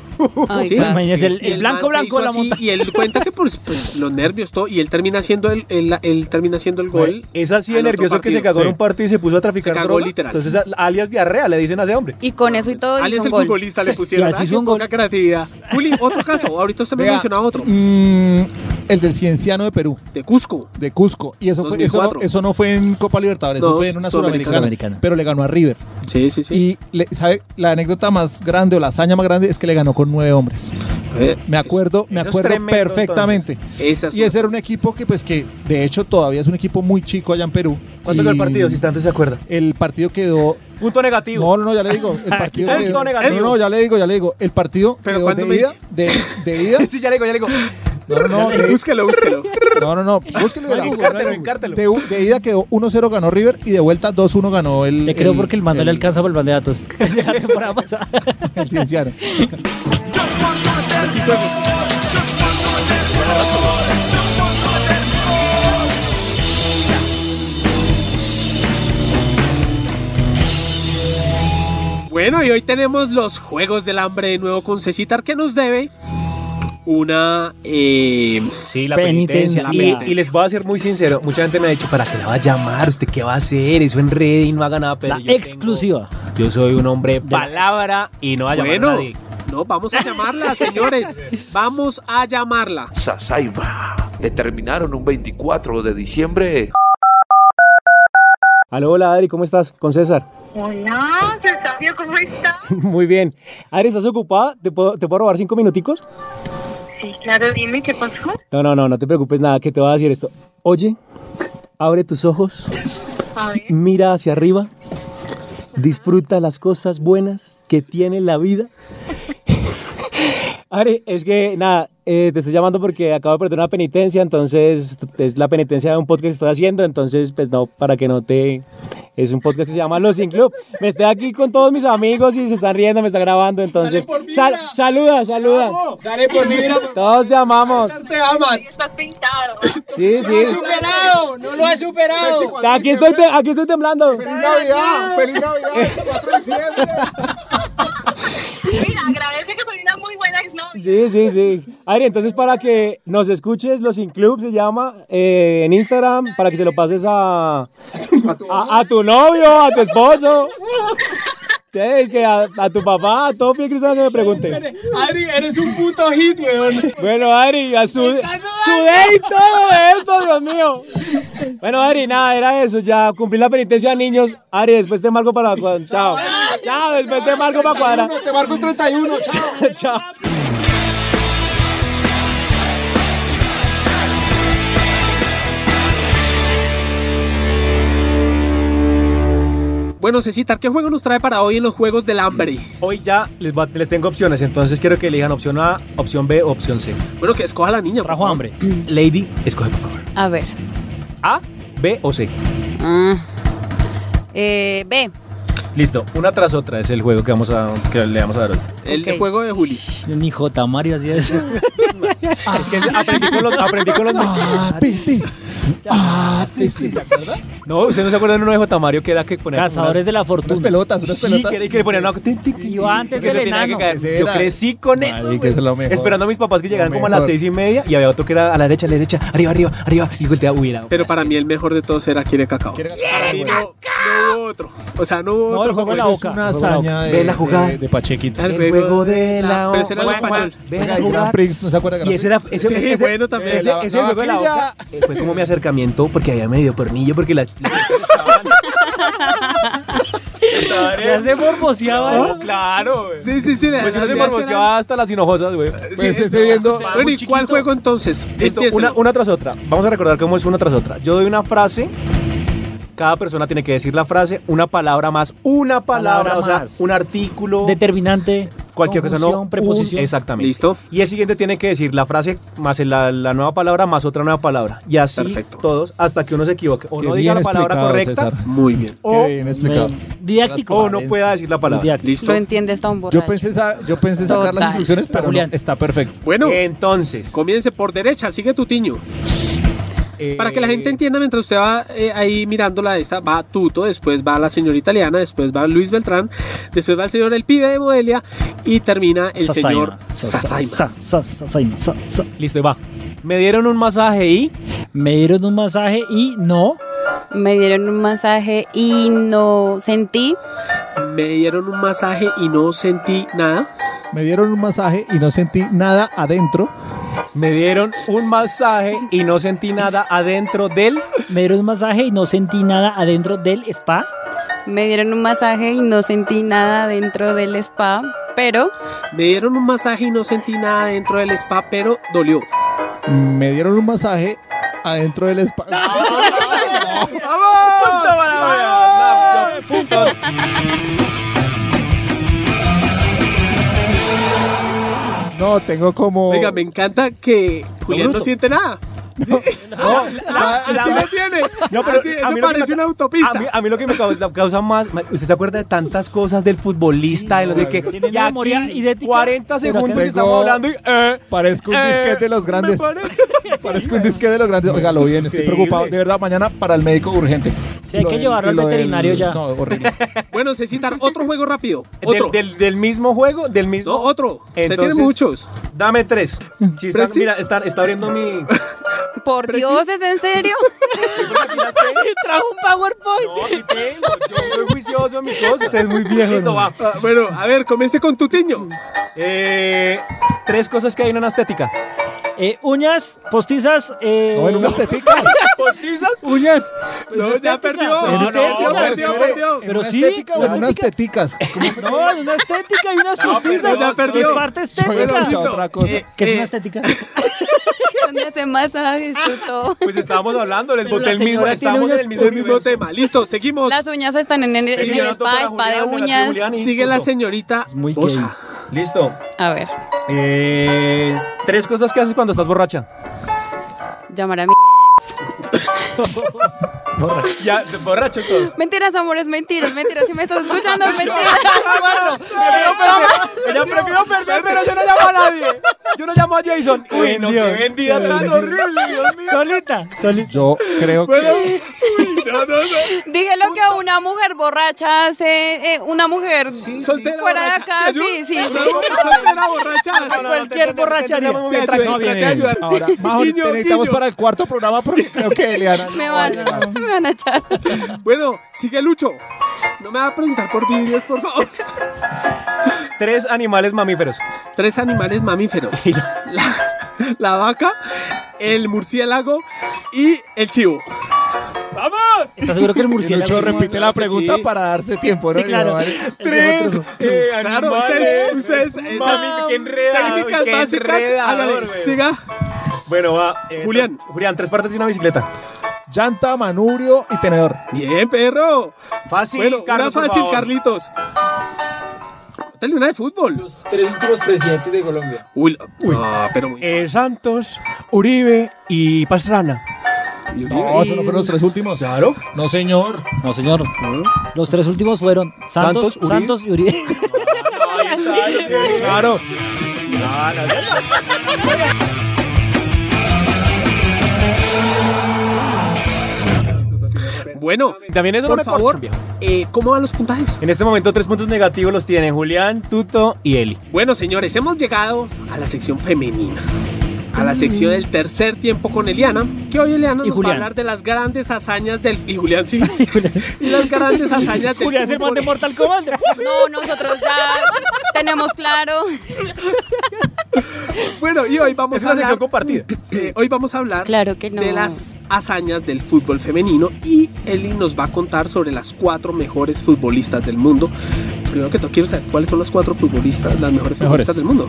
J: Ay,
D: Sí.
J: gas.
I: Imagínense, Pues, el,
D: Y
I: el blanco
D: man se
I: blanco
D: hizo
I: de la
D: así,
I: montaña.
D: Y él cuenta que pues, pues, los nervios, todo. Y él termina haciendo el, el- él termina haciendo el gol.
H: Es así de
D: al otro
H: nervioso que se
D: partido.
H: cagó en
D: Sí.
H: un partido y se puso a traficar
D: cagó
H: droga.
D: literal.
H: Entonces, a- alias diarrea le dicen a ese hombre.
J: Y con eso y todo
D: Alias
J: hizo
D: el
J: un gol.
D: futbolista le pusieron.
I: Y así
D: Ah,
I: hizo
D: qué
I: un gol.
D: poca creatividad. Juli, otro caso. Ahorita usted me
E: Vea,
D: mencionaba otro.
E: mm, el del Cienciano de Perú.
D: De Cusco.
E: de Cusco. Y eso, fue, eso, no,
D: 2004.
E: eso no fue en Copa Libertadores,
D: No,
E: eso fue en una
D: Sudamericana.
E: Sudamericana,
I: Sudamericana.
E: Pero le ganó a River.
D: Sí, sí, sí.
E: Y le- ¿sabe? la anécdota más grande o la hazaña más grande es que le ganó con nueve hombres.
D: Eh,
E: Me acuerdo, me
H: eso es
E: acuerdo
H: tremendo,
E: perfectamente.
D: esa es
E: Y ese era un equipo que, pues, que de hecho todavía es un equipo muy chico allá en Perú.
H: ¿Cuánto
E: Y
H: quedó el partido? Si tanto se acuerda.
E: El partido quedó.
H: Punto negativo.
E: No, no, no, ya le digo. El partido
H: Punto
E: quedó-
H: negativo.
E: No, no, ya le digo, ya le digo. El partido
D: Pero
E: quedó
D: ¿cuándo
E: de
D: me
E: ida. De, de ida.
H: sí, ya le digo, ya le digo.
E: No, no, no,
D: Eh,
E: de,
D: Búsquelo, búsquelo.
E: no, no, no, búsquelo y verá.
H: Encártelo, encártelo.
E: De, u- de ida quedó 1-0 ganó River y de vuelta 2-1 ganó el.
I: Le creo porque el mando le alcanza para el plan de datos. La temporada pasada.
E: El Cienciano.
D: Bueno, y hoy tenemos los Juegos del Hambre de nuevo con Cecitar que nos debe una... eh,
H: Sí, la penitencia.
I: Penitencia.
H: Y- Y, les voy a ser muy sincero, mucha gente me ha dicho, ¿para qué la va a llamar? ¿Usted qué va a hacer? Eso en red y no haga nada. Pero
I: La
H: yo tengo-
I: exclusiva.
H: yo soy un hombre
I: la-
H: palabra y no va a llamar a
D: bueno,
H: nadie.
D: no, vamos a llamarla, señores. Vamos a llamarla.
B: Sasaima. Determinaron un 24 de diciembre.
H: Aló, hola Adri, ¿cómo estás? Con César.
K: Hola, Cesafio, ¿cómo estás?
H: Muy bien. Adri, ¿estás ocupada? ¿Te puedo, ¿Te puedo robar cinco minuticos?
K: Sí, claro, dime qué pasó.
H: No, no, no, no te preocupes nada, que te voy a decir esto. Oye, abre tus ojos,
K: A ver,
H: mira hacia arriba, disfruta las cosas buenas que tiene la vida. Ari, es que nada, eh, te estoy llamando porque acabo de perder una penitencia, entonces es la penitencia de un podcast que estás haciendo, entonces pues no, para que no te... Es un podcast que se llama Los Sin Club. Me estoy aquí con todos mis amigos y se están riendo, me están grabando, entonces... Sal, saluda, saluda.
D: Sale por mira,
H: Todos te amamos.
D: te aman.
K: estás pintado.
H: Sí, sí.
D: superado, no lo he superado.
H: Aquí estoy, te- aquí estoy temblando.
E: Navidad! ¡Feliz Navidad! 4 de diciembre!
K: Mira, agradece que soy una muy buena exnovia.
H: Sí, sí, sí. Adri, entonces para que nos escuches, los Sin Club se llama eh, en Instagram, para que se lo pases a, a, a tu novio, a tu esposo. Sí, que a, a tu papá, a todo pie cristiano que me pregunte.
D: Adri, eres un puto hit, weón.
H: Bueno, Adri, a su, sudé y todo esto, Dios mío. Bueno, Adri, nada, era eso, ya cumplí la penitencia, niños. Adri, después te marco para cuadrar. Chao. Chao, después te marco para cuadrar.
E: ¡Te marco un 31! ¡Chao!
H: Chao.
D: Bueno, Cecitar, ¿qué juego nos trae para hoy en los Juegos del Hambre?
H: Hoy ya les, va- les tengo opciones, entonces quiero que elijan opción A, opción B, opción C.
D: Bueno, que escoja la niña. por
I: Trajo
D: favor.
I: hambre.
H: Lady, escoge por favor.
J: A ver.
H: A, B o C.
J: Mm. Eh, B.
H: Listo, una tras otra es el juego que, vamos a, que le vamos a dar hoy.
D: El
J: Ok.
D: juego de Juli.
I: Ni J. Mario hacía eso.
H: Ah. es que aprendí con los... Aprendí con los
E: ¡Ah, pi, pi! ¡Ah, sí, sí!
H: no, ustedes no se acuerdan de uno de J. Mario que era que ponía... como
I: Cazadores de la
E: Unas
I: fortuna.
E: pelotas, unas
H: unas- Sí,
E: pelotas.
H: que, que le ponían una... tin, tin, tin,
I: Yo antes
H: que se
I: del
H: tenía que
I: enano.
H: caer.
E: Ese
H: Yo
E: era.
H: crecí con eso.
E: Marica,
H: güey.
E: eso es lo mejor.
H: Esperando a mis papás que
E: Lo
H: llegaran como a las
E: mejor.
H: seis y media y había otro que era a la derecha, a la derecha, arriba, arriba, arriba y voltea, uy, era-
D: Pero para mí el mejor de todos era Quiere Cacao.
E: Quiere Cacao,
D: Para mí
E: bueno.
D: no, no hubo otro. O sea, no hubo
I: No,
D: otro
I: el juego de
D: como
I: la
D: ese.
E: Es
I: boca.
E: una
I: el juego de la
E: hazaña de,
H: Ve la jugada.
E: de, de Pachequito.
D: El
H: El juego de la...
D: Pero ese era en
H: Guau, guau,
D: español.
H: Ven
E: Oiga,
H: a
E: el Gran
H: jugar.
E: Prix, ¿no se acuerda? de Gran
H: Y ese era, ese,
D: Sí,
H: ese-
D: bueno, también.
H: Ese, ese
E: La- la
H: juego de la boca eh, fue como mi acercamiento porque había medio pernillo porque las.
I: Ya se
H: ¿Ah?
I: morboseaba.
H: claro, güey.
D: Sí, sí, sí. la-
H: Pues uno se
D: la-
H: morboseaba hasta las hinojosas, güey.
E: Prix? Pues ese viendo...
D: Bueno, ¿y cuál juego entonces? Este
H: Listo,
D: Empiécelo.
H: una, una tras otra. Vamos a recordar cómo es una tras otra. Yo doy una frase. Cada persona tiene que decir la frase, una palabra más, una palabra,
I: Palabra
H: o sea,
I: más.
H: un artículo,
I: Determinante.
H: cualquier cosa, no,
I: conjunción, preposición.
H: un- exactamente.
D: Listo.
H: Y el siguiente tiene que decir la frase más la, la nueva palabra más otra nueva palabra. Y así
D: Perfecto.
H: todos hasta que uno se equivoque. O
E: Qué
H: no diga
E: bien
H: la palabra
E: explicado,
H: correcta
E: César.
D: Muy bien.
H: o,
E: Qué bien explicado.
I: Didáctico.
H: o Oh, no pueda decir la palabra.
I: Didáctico.
D: Listo.
J: Lo entiende hasta un borracho.
E: Yo pensé, sa- yo pensé sacar las
J: Total.
E: instrucciones, pero no,
I: Julián.
E: está perfecto.
D: Bueno,
H: Entonces,
D: comience por derecha. Sigue Tutiño.
H: eh,
D: Para que la gente entienda, mientras usted va eh, ahí mirándola esta, va Tuto, después va la señora italiana, después va Luis Beltrán, después va el señor El Pibe de Modelia y termina el señor Sazaima.
I: Sasaima.
H: Listo, y va. Me dieron un masaje y.
I: Me dieron un masaje y no.
J: Me dieron un masaje y no sentí.
D: Me dieron un masaje y no sentí nada.
E: Me dieron un masaje y no sentí nada adentro.
H: Me dieron un masaje y no sentí nada adentro del.
I: Me dieron un masaje y no sentí nada adentro del spa.
J: Me dieron un masaje y no sentí nada dentro del spa, pero
D: Me dieron un masaje y no sentí nada dentro del spa, pero dolió.
H: Oh.
E: Me dieron un masaje adentro del spa. No, tengo como.
D: Oiga, me encanta que Julián no
E: bruto.
D: siente nada.
E: No, la-
D: Así lo tiene.
H: No, pero
D: Así,
H: a
D: eso
H: mí lo que
D: parece
H: me-
D: una
H: A mí,
D: autopista.
H: a mí lo que me causa, causa más, más- Usted se acuerda de tantas cosas del futbolista, de no sé qué.
I: Tiene
H: Y
I: una memoria
H: aquí,
I: idéntica,
H: 40
I: pero
H: segundos
E: acá
H: que
E: no.
H: estamos hablando y. eh,
E: parezco un
H: eh,
E: disquete de los
H: me
E: grandes.
H: parece-
E: Parezco un disque de los grandes. Oiga, lo bien, estoy
H: Increíble.
E: preocupado. De verdad, mañana para el médico urgente.
I: Sí, hay que llevarlo al veterinario ya.
E: No, horrible.
D: Bueno, Cecitar, otro juego rápido.
H: Del-
D: Otro.
H: Del, del mismo juego, del mismo.
D: No, otro. Usted tiene
H: Entonces,
D: muchos.
H: Dame tres. Sí, está-
D: Prezi.
H: mira, está, está abriendo mi.
J: Por Dios, ¿es en serio? Trajo un PowerPoint.
H: No, aquí tengo. Yo soy juicioso en mis cosas.
I: Usted es muy viejo,
H: Listo,
I: ¿no?
H: va.
D: Ah, bueno, a ver, comience con tu tiño.
H: Mm. Eh, tres cosas que hay en una estética.
I: Eh, uñas, postizas. Eh,
E: No, en una estética.
H: ¿Postizas?
I: Uñas.
D: No,
I: Pues
D: ya
I: estética.
D: perdió.
I: Pues
D: No,
I: usted-
D: no, perdió, perdió.
I: Pero
E: ¿En una
I: sí,
E: estética o en
I: la
E: unas
I: estética.
E: teticas?
I: No, en una estética y unas postizas.
D: ya perdió.
I: Es parte
E: Yo había
I: estética.
E: escuchado otra cosa.
D: Eh,
I: ¿Qué es
D: eh,
I: una estética?
J: ¿Dónde hace masajes tú todo?
H: Pues estábamos hablando, les
I: Pero
H: boté
I: la
H: el mismo.
I: señora tiene
H: Estábamos en
I: uñas
H: el mismo
D: el mismo
H: universo.
D: tema. Listo, seguimos.
J: Las uñas están en el, en
H: Sí,
J: el
H: ya no toca
J: spa,
H: la
J: spa de
H: Juliana, la tía
J: uñas.
H: Juliana y
D: Sigue la
H: punto.
D: señorita
I: Es muy
D: Bosa.
H: Listo.
J: A ver,
H: Eh, tres cosas que haces cuando estás borracha.
J: llamar a mi.
H: Ya, borrachos todos.
J: Mentiras, amores, mentiras, mentiras. Si me estás escuchando, mentiras.
H: Ella prefiero perder, pero yo no llamo a nadie. Yo no llamo a Jason. Uy, no, qué
I: Dios.
H: vendida tan horrible, Dios mío.
I: Solita. Solita.
E: Yo creo que...
D: Bueno, uy, no, no, no.
J: Dije lo que una mujer borracha hace. eh, una mujer
D: Soltera
J: fuera de
D: borracha.
J: acá,
D: ¿Te ayudo?
J: sí, sí,
D: Una
J: sí.
D: mujer Soltera borracha.
I: Cualquier
H: Te
D: Te
I: borracharía.
D: ayudé,
I: No, bien,
D: traté de
I: bien.
D: ayudar.
E: Ahora, Majo,
D: Guiño,
E: te necesitamos
D: guiño.
E: para el cuarto programa porque creo que Eliana... no
J: Me
E: va a
J: van,
E: llegar.
J: me van a echar.
D: Bueno, sigue Lucho. No me va a preguntar por vídeos, por favor.
H: Tres animales mamíferos.
D: Tres animales mamíferos. La, la vaca, el murciélago y el chivo. ¡Vamos!
I: ¿Estás seguro que el
E: Y
I: murciélago?
E: Lucho repite la
H: Sí.
E: pregunta para darse tiempo, ¿no?
I: Sí, claro.
E: Y
I: El
E: va,
H: Tres
I: otro.
H: eh,
D: Claro,
H: animales.
D: ustedes- ustedes- esas
H: Mami, qué enredado,
D: Técnicas
H: qué
D: básicas.
H: enredador,
D: Hágale,
H: güey.
D: siga.
H: Bueno, va. eh,
D: Julián.
H: Julián, tres partes de una bicicleta.
E: Llanta, manubrio y tenedor.
D: Bien, perro.
H: Fácil,
D: bueno,
H: Carlos, por
D: una fácil,
H: favor.
D: Carlitos. Dale una de fútbol.
L: Los tres últimos presidentes de Colombia.
D: Uy, ah, pero muy
H: Eh, Santos, Uribe y Pastrana.
E: No, esos no fueron los tres últimos. Claro. No, señor.
I: No, señor. Los tres últimos fueron Santos,
H: Santos, Uribe.
I: Santos y Uribe.
H: Ahí está,
E: Claro.
H: Ah,
D: Bueno,
H: También eso no
D: por
H: me
D: favor,
H: corchan, viejo.
D: eh, ¿cómo van los puntajes?
H: En este momento, tres puntos negativos los tienen Julián, Tuto y Eli.
D: Bueno, señores, hemos llegado a la sección femenina. A la sección del tercer tiempo con Eliana, que hoy Eliana nos
I: Y
D: va a
I: Julián.
D: hablar de las grandes hazañas del... Y Julián, sí. y las grandes hazañas del...
I: Julián es el man de
D: fútbol.
I: Mortal Kombat.
J: No, nosotros ya tenemos claro.
D: Bueno, y hoy vamos
H: Es
D: a
H: una
D: hablar...
H: sección compartida.
D: eh, hoy vamos a hablar
J: Claro que no.
D: de las hazañas del fútbol femenino y Eli nos va a contar sobre las cuatro mejores futbolistas del mundo. Primero que todo, quiero saber cuáles son las cuatro futbolistas, las mejores
E: Mejores.
D: futbolistas del mundo.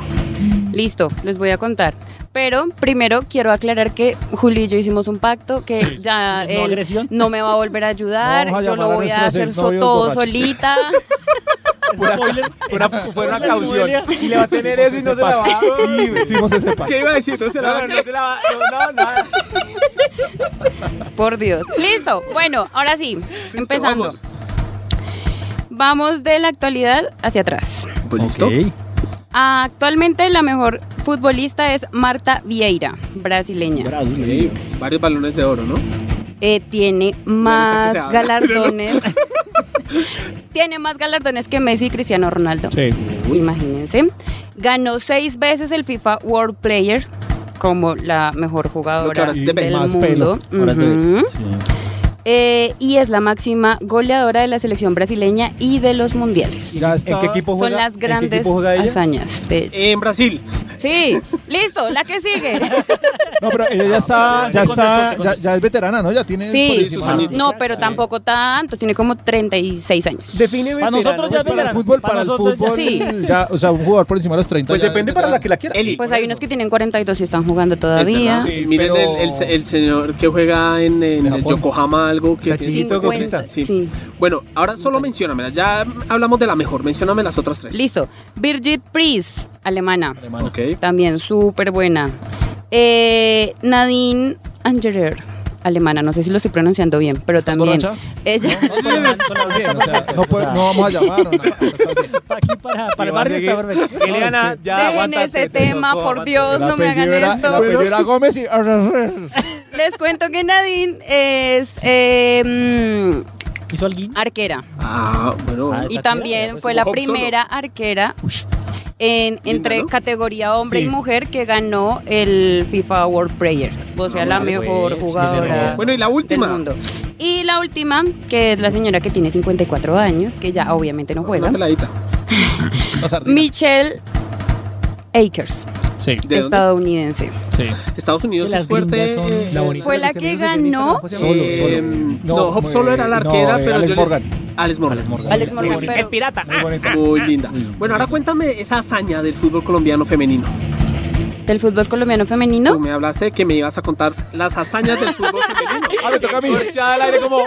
J: Listo, les voy a contar. Pero primero quiero aclarar que Juli y yo hicimos un pacto que ya
I: ¿No
J: él
I: agresión?
J: no me va a volver a ayudar,
E: Vamos a
J: yo
E: llamar
J: lo
E: a
J: voy a
E: nuestros
J: hacer so-
E: exnovios
J: todo
E: borrachos.
J: solita.
I: Spoiler.
H: Una- fue una
I: Hola,
H: caución.
I: Noelia.
H: Y le va a tener eso y no se la va a
E: Y hicimos ese pack.
D: ¿Qué iba a decir? No se la va a
H: No, no se la va No, no, nada.
J: Por Dios. Listo, bueno, ahora sí, empezando.
D: vamos.
J: Vamos. de la actualidad hacia atrás.
D: Pues listo.
I: Ok.
J: Actualmente la mejor futbolista es Marta Vieira, brasileña.
I: Bravo,
D: Ok, Varios balones de oro, ¿no?
J: Eh, tiene
D: está que
J: más
D: se habla.
J: galardones. tiene más galardones que Messi y Cristiano Ronaldo.
E: Sí.
J: Imagínense. Ganó seis veces el FIFA World Player como la mejor
D: Lo que
J: jugadora
D: ahora es de
J: del
D: base.
E: Más
J: mundo.
I: Ahora tú ves.
J: Ujú.
I: Sí.
J: Eh, y es la máxima goleadora de la selección brasileña y de los mundiales.
E: Ya está.
H: ¿En qué equipo
J: Son
H: juega?
J: las
H: ¿En qué
J: grandes
H: equipo juega ella?
J: hazañas. de-
D: En Brasil.
J: Sí, listo, la que sigue.
E: No, pero ella ya está, ya
I: contestó,
E: está,
I: te
E: ya,
I: contestó.
E: ya es veterana, ¿no? Ya tiene por
J: Sí,
E: encima-
D: sus añitos.
J: no, pero tampoco tanto, tiene como 36 años.
H: Define
I: Para nosotros ya
E: Pues para el
I: veteranos,
E: fútbol,
I: para
E: para el
I: nosotros ya-
E: fútbol,
J: Sí.
E: ya, o sea, un jugador por encima de los 30.
H: Pues
E: ya
H: depende
E: es
H: para la
E: veterano.
H: que la quiera.
D: Eli.
J: Pues hay unos que tienen 42 y están jugando
D: Es verdad.
J: todavía.
E: Sí,
D: Este, Miren
E: pero-
D: el, el- el señor que juega en, en
E: En
D: el
E: Japón.
D: Yokohama algo que...
H: Está
D: tiene
H: chiquito,
D: 50.
H: gordita.
D: Sí.
J: Sí.
D: Bueno, ahora solo menciónamelas. Ya hablamos de la mejor. Mencióname las otras tres.
J: Listo. Birgit Pries, alemana.
E: Alemana.
D: Ok.
J: También súper buena. Eh, Nadine Angerer, alemana. No sé si lo estoy pronunciando bien, pero también.
E: borracha?
J: Ella.
E: No, son las- son las bien, o sea, no, puede- no vamos a llamar. o nada, está bien.
I: Pa' Aquí para, para el barrio está perfecto.
H: Eliana, ya
J: Dejen
H: aguántate,
J: ese
H: eso,
J: tema,
H: no,
J: por
H: aguántate.
J: Dios, no me hagan
E: Apellido era- el
J: esto.
E: apellido era Gómez y...
J: Les cuento que Nadine es eh, mm,
I: ¿Hizo alguien?
J: Arquera.
D: Ah, bueno.
J: Y también fue la primera arquera en, entre categoría hombre
D: Sí.
J: y mujer que ganó el FIFA World Player. O sea, la mejor jugadora.
D: Bueno, y la última.
J: Y la última, que es la señora que tiene 54 años, que ya obviamente Ah, no juega.
D: Una peladita.
J: Michelle Akers,
E: Sí.
J: estadounidense.
E: Sí.
D: Estados Unidos
J: Que las
D: es fuerte.
J: gringas son
D: eh,
J: la bonita. Fue la que ganó.
D: Eh,
J: Solo,
D: No, Hope solo era la
E: no,
D: arquera,
E: eh,
D: pero
E: Alex
D: yo le-
E: Morgan.
D: Alex Morgan. Alex Morgan.
J: Alex Morgan, pero-
I: pirata.
D: Muy bonita. Muy linda. Bueno, ahora cuéntame esa hazaña del fútbol colombiano femenino.
J: Del fútbol colombiano
D: Tú
J: femenino.
D: me hablaste de que me ibas a contar las hazañas del fútbol femenino.
E: ah, me toca a mí.
H: Corchada al aire como...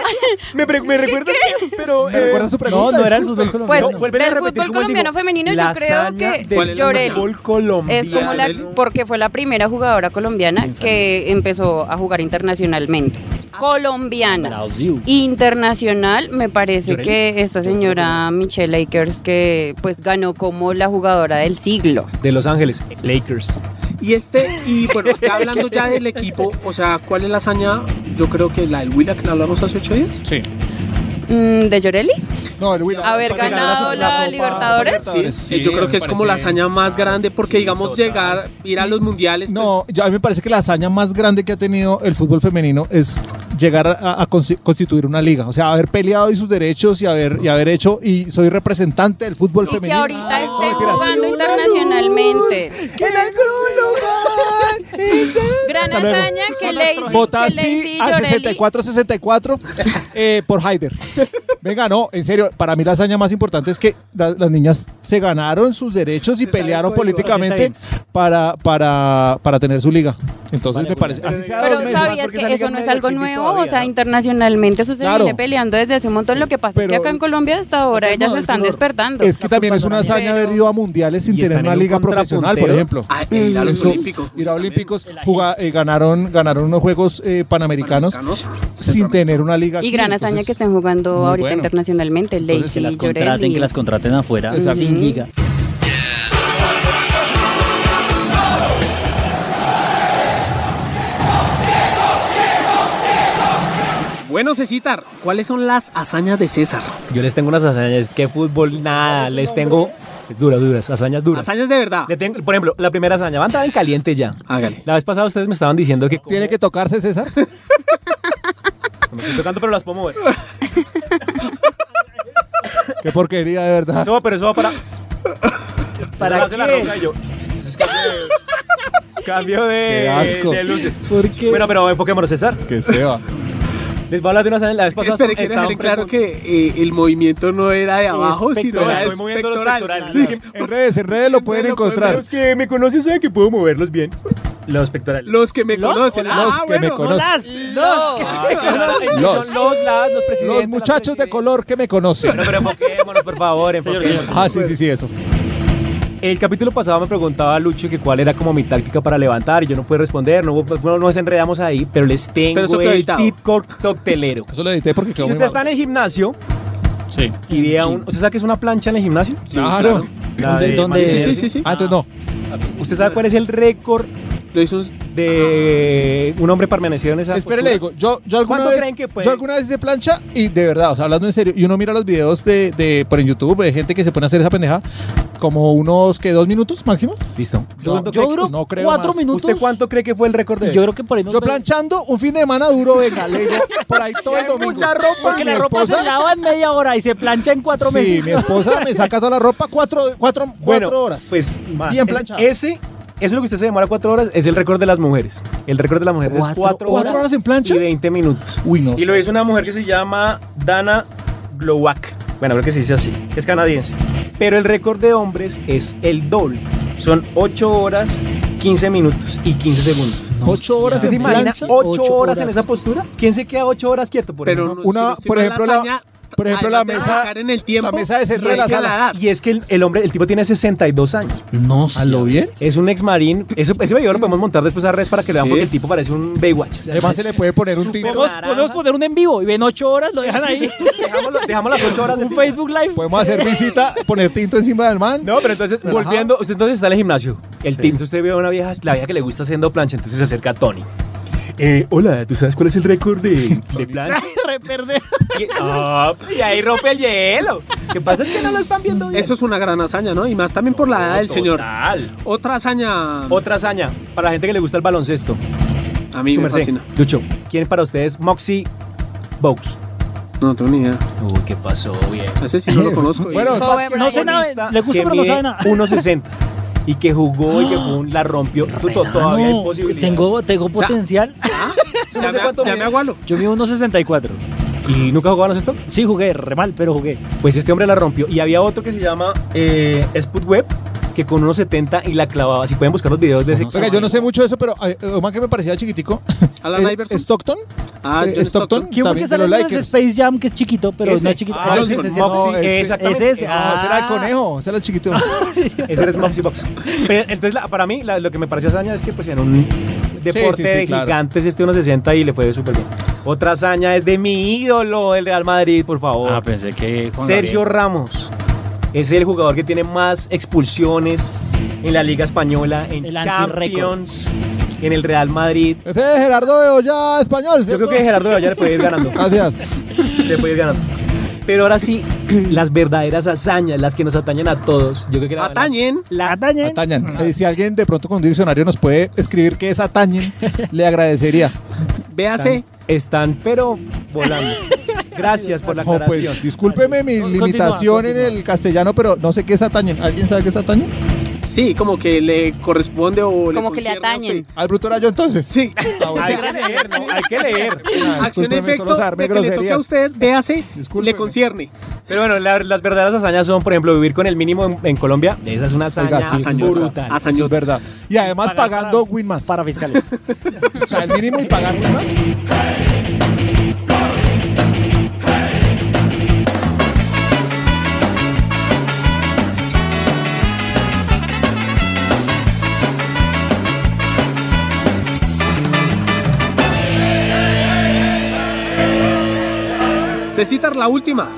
H: Me, pre- me recuerdas, pero...
E: ¿Me recuerdas su pregunta?
I: no era el
E: Disculpe.
I: fútbol
J: eh, Pues
I: colombiano.
H: vuelven a
J: del
H: repetir
J: fútbol
H: como les
J: colombiano
H: digo,
J: femenino
H: la
J: yo creo
H: hazaña
J: que
H: del
J: Llorelli
H: fútbol colombiano.
J: es como la
D: Llorelli.
J: porque fue la primera jugadora colombiana que empezó a jugar internacionalmente. Colombiana.
I: Brasil.
J: Internacional, me parece
I: Llorelli.
J: que esta señora Michelle Akers que pues ganó como la jugadora del siglo.
H: De Los Ángeles, Lakers.
D: Y este, y bueno, ya hablando ya del equipo, o sea, ¿cuál es la hazaña? Yo creo que la del Willa que la hablamos hace ocho días.
E: Sí.
J: Mm, ¿De Llorelli?
E: No, el Will.
J: Haber
E: para ganar
J: ganado
E: la-
J: la
E: Copa
J: Libertadores.
D: Sí,
E: Sí,
D: eh, yo creo
E: me
D: que es como la
E: parece-
D: hazaña más grande porque digamos llegar, ir a los mundiales.
E: No,
J: pues,
E: yo- a mí me parece que la hazaña más grande que ha tenido el fútbol femenino es llegar a, a consi- constituir una liga. O sea, haber peleado y sus derechos y haber, y haber hecho, y soy representante del fútbol
J: Y que
E: femenino. Ah,
J: ahorita esté
E: mentiras.
J: jugando internacionalmente. Gran
E: Hasta luego.
J: hazaña que Lacey,
E: Vota
J: que
E: sí
J: Lacey
E: al
J: Llorelli-
E: 64-64 eh, por Haider. Venga, no, en serio, para mí la hazaña más importante es que la- las niñas se ganaron sus derechos y
D: Se sale
E: pelearon
D: el código.
E: políticamente
I: Está
E: para, para, para tener su liga. Entonces me parece, así sea dos
J: Pero
E: meses.
J: sabías
H: esa
J: que eso
H: liga es
J: no es
H: medio
J: algo
H: exhibicionista
J: nuevo,
H: todavía,
J: o sea,
H: ¿no?
J: internacionalmente eso se
E: Claro.
J: viene peleando desde hace un montón. Lo que pasa
E: Pero-
J: es que acá en Colombia hasta ahora
I: Pero
J: ellas
I: no,
J: se
I: el
J: están
I: fútbol-
J: despertando.
E: Es que también es una hazaña haber ido a mundiales sin
H: Y
E: tener
H: están en
E: una
H: un
E: liga profesional, por
H: contrapunteo.
E: ejemplo.
D: Ah, e ir a los
E: eh, Eso,
D: olímpicos.
E: Ir a Olímpicos, juga- eh, ganaron, ganaron unos Juegos eh, Panamericanos
D: Panamericanos,
E: sin tener una liga.
J: Y
E: aquí,
J: gran hazaña
E: entonces-
J: que estén jugando
E: muy
J: ahorita
E: bueno.
J: internacionalmente,
I: Entonces, que
J: Lacey
I: las
J: y
I: contraten, que las contraten afuera.
E: Exacto.
I: Sin liga.
D: Bueno, Cecitar, ¿cuáles son las hazañas de César?
H: Yo les tengo unas hazañas, que fútbol, nada, les tengo... Es dura, duras, hazañas duras.
D: Hazañas de verdad.
H: Le tengo- por ejemplo, la primera hazaña, va a entrar en caliente ya.
D: Hágale.
H: La vez pasada ustedes me estaban diciendo que...
E: Tiene que tocarse César.
H: No me estoy tocando, pero las puedo mover.
E: Qué porquería, de verdad.
H: Eso va, pero eso va para...
I: ¿Para
H: Hace la
I: qué?
H: roca y yo. Cambio de,
E: Qué asco.
H: eh, de luces.
I: ¿Por qué?
H: Bueno, pero enfoquémonos, César.
E: Que se va.
H: Les voy a hablar de una hazaña. La vez
E: Pues
H: pasada
D: Espere, quiero
H: estaban
D: dejar en claro
H: pregun-
D: que eh, el movimiento no era de abajo, sino
H: Pectoral,
D: era de
H: estoy moviendo los pectorales.
D: Sí.
E: En redes, en redes lo pueden
H: Bueno, por lo
E: encontrar.
H: menos que me conocen saben que puedo moverlos bien. Los pectorales.
D: Los que me conocen.
E: Los
D: Ah,
E: que
D: bueno.
E: me conocen.
J: No.
H: Ay, claro, Ah, son
E: Los.
H: los, las, los presidentes.
E: Los muchachos de color que me
H: Pero,
E: conocen.
H: pero enfoquémonos, por favor, enfoquémonos.
E: Ah, sí, sí, sí, eso.
H: El capítulo pasado me preguntaba Lucho que cuál era como mi táctica para levantar y yo no pude responder, no, hubo- no nos enredamos ahí, pero les tengo
D: Pero eso quedó
H: el
D: editado.
H: tip cor- coctelero.
E: Eso lo edité porque quedó muy
H: Si usted está en
E: mal.
H: el gimnasio
E: Sí.
H: y vea un... ¿Usted sabe que es una plancha en el gimnasio?
E: Claro.
H: La
I: ¿Dónde-
H: de
I: dónde-
H: Mario
D: Sí, sí,
H: César,
D: sí, sí.
E: Ah, entonces no.
H: ¿Usted sabe cuál es el récord
D: Lo hizo un-
H: de un hombre permanecido en esa
E: Espere, le
H: postura?
E: digo, yo, yo alguna
H: pues, ¿Cuánto
E: vez,
H: creen que puede?
E: yo alguna vez hice plancha y de verdad, o sea, hablando en serio, y uno mira los videos de, de por en YouTube de gente que se pone a hacer esa pendeja, como unos que dos minutos máximo.
H: Listo.
E: Yo-
H: ¿Cuánto
I: Yo
H: cree-
I: duro
E: no creo
I: cuatro
E: más.
I: minutos.
H: ¿Usted cuánto cree que fue el récord de
I: Yo creo que por ahí nos
E: Yo
I: ve-
E: planchando un fin de semana duro, venga, le digo, por ahí todo el domingo.
H: mucha ropa.
I: Porque
E: Mi
I: la ropa
E: esposa-
I: se lava en media hora y se plancha en cuatro
E: Sí,
I: meses.
E: mi esposa me saca toda la ropa cuatro, cuatro,
H: Bueno,
E: cuatro horas.
H: Pues más.
E: Bien
H: Ese-
E: planchado.
H: Ese, eso es lo que usted se demora cuatro horas, es el récord de las mujeres. El récord de las mujeres es
I: ¿Cuatro
H: cuatro horas,
E: ¿Cuatro horas en plancha?
H: y 20 minutos.
E: Uy, no.
H: Y lo hizo una mujer que se llama Dana Glowak. Bueno, creo que se dice así. Es canadiense. Pero el récord de hombres es el doble. Son 8 horas, 15 minutos y 15 segundos.
E: Ocho horas
H: ¿Usted se
E: en
H: imagina
E: plancha.
H: 8 horas, en esa postura? ¿Quién se queda 8 horas quieto? Por
D: Pero
H: ejemplo?
D: no-
E: Una-
D: si no estoy
E: por
D: mal,
E: ejemplo, la-
D: hazaña,
E: por ejemplo, la
D: además de
E: mesa-
D: arrancar en el tiempo,
E: la mesa de centro
D: y
E: de la
D: es que
E: sala.
D: edad.
H: Y es que el, el hombre, el tipo tiene 62 años.
I: No sé.
E: ¿A lo bien?
H: Es un ex marín. Eso, ese video lo podemos montar después a redes para que le vean porque el tipo parece un Baywatch. O sea,
E: Además se le puede poner un tinto.
I: Podemos, podemos poner un en vivo y ven ocho horas, lo dejan ahí.
H: dejamos, lo- dejamos las 8 horas de
I: un
H: tipo.
I: Facebook Live.
E: Podemos hacer visita, poner tinto encima del man.
H: No, pero entonces,
E: Relajado.
H: volviendo, usted entonces está en el gimnasio. El tinto, usted ve a una vieja, la vieja que le gusta haciendo plancha, entonces se acerca a Tony.
M: Eh, hola, ¿tú sabes cuál es el récord de, de plancha?
I: Reperde.
H: Ah, y ahí rompe el hielo. ¿Qué pasa es que no lo están viendo bien.
D: Eso es una gran hazaña, ¿no? Y más también por la edad del señor.
H: Total.
D: Otra hazaña.
H: Otra hazaña. Para la gente que le gusta el baloncesto.
D: A mí
H: Su
D: me
H: merced.
D: fascina.
H: Lucho, ¿quién es para ustedes Moxie Box?
D: No tengo ni idea.
H: Uy, ¿qué pasó? Bien.
D: Ese sí no lo conozco.
H: Bueno,
I: Joven
H: no sé
I: Brian
H: nada.
I: Lista. Le gusta, pero no sabe nada.
H: 1.60 y que jugó y que fue un- la rompió. Tú- to- todavía hay posibilidad.
I: Tengo, tengo potencial.
H: Ah, No sé cuánto mide.
I: Yo mido unos 64.
H: ¿Y nunca jugabas esto?
I: Sí, jugué re mal, pero jugué.
H: Pues este hombre la rompió. Y había otro que se llama eh, Spud Web, que con 1.70 y la clavaba. Si pueden buscar los videos de ese.
E: Oiga, yo no sé mucho de eso, pero eh, un man que me parecía chiquitico.
D: Alan
E: eh,
D: Iverson.
E: ¿Stockton?
D: Ah,
E: Eh,
D: John Stockton.
E: Stockton.
I: ¿Quién fue que
E: También de
I: salió
E: los
I: en ese
E: Lakers.
I: Space Jam que es chiquito, pero
H: Ese.
I: no es chiquito?
H: Ah,
I: Ah,
H: Johnson,
I: ese, ese,
H: Moxie,
I: no, ese,
H: exactamente.
I: ese,
H: Ah.
E: Ese era Eh, el conejo, ese era el chiquito.
H: Ese era Maxi Box. Pero, entonces, la- para mí, la- lo que me parecía hazaña es que pues en un
E: sí, sí,
H: deporte de
E: claro.
H: gigantes este 1.60 y le fue súper bien. Otra hazaña es de mi ídolo, el Real Madrid, por favor.
I: Ah, pensé que. Juan
H: Sergio
I: Gabriel.
H: Ramos es el jugador que tiene más expulsiones en la Liga Española, en
I: El antirrécord.
H: Champions, en el Real Madrid.
E: Ese es Gerardo de Olla español.
H: Yo creo que Gerardo de Olla le puede ir ganando.
E: Gracias.
H: Le puede ir ganando. Pero ahora sí, las verdaderas hazañas, las que nos atañen a todos. Yo creo que la-
D: Atañen.
I: La atañen.
E: Atañan. Eh, si alguien de pronto con un diccionario nos puede escribir qué es atañen, le agradecería.
D: Véase.
H: Están, pero volando. Gracias por la
E: Oh, pues,
H: aclaración.
E: discúlpeme mi
I: Continúa,
E: limitación
I: continúa.
E: en el castellano, pero no sé qué es atañen. ¿Alguien sabe qué es atañen?
D: Sí, como que le corresponde o le
J: Como que le
D: concierne a
J: atañen.
D: usted.
E: Al bruto era yo entonces.
D: Sí.
E: Ah, bueno.
H: Hay que leer, ¿no? Hay que leer.
E: Ah,
D: Acción y
E: discúlpeme,
D: efecto
E: solo saberme
D: de que le toque a
E: groserías.
D: usted, véase, le
E: Discúlpeme.
D: concierne.
H: Pero bueno, la- las verdaderas hazañas son, por ejemplo, vivir con el mínimo en, en Colombia. Esa es una hazaña
E: Oiga, sí, es
D: verdad.
H: brutal.
E: Eso es
D: Hazañota.
E: verdad. Y además
I: Pagar
E: pagando
I: para-
E: Win más.
I: Para fiscales.
E: O sea, el mínimo y pagar Win más.
D: Cecitar, la última.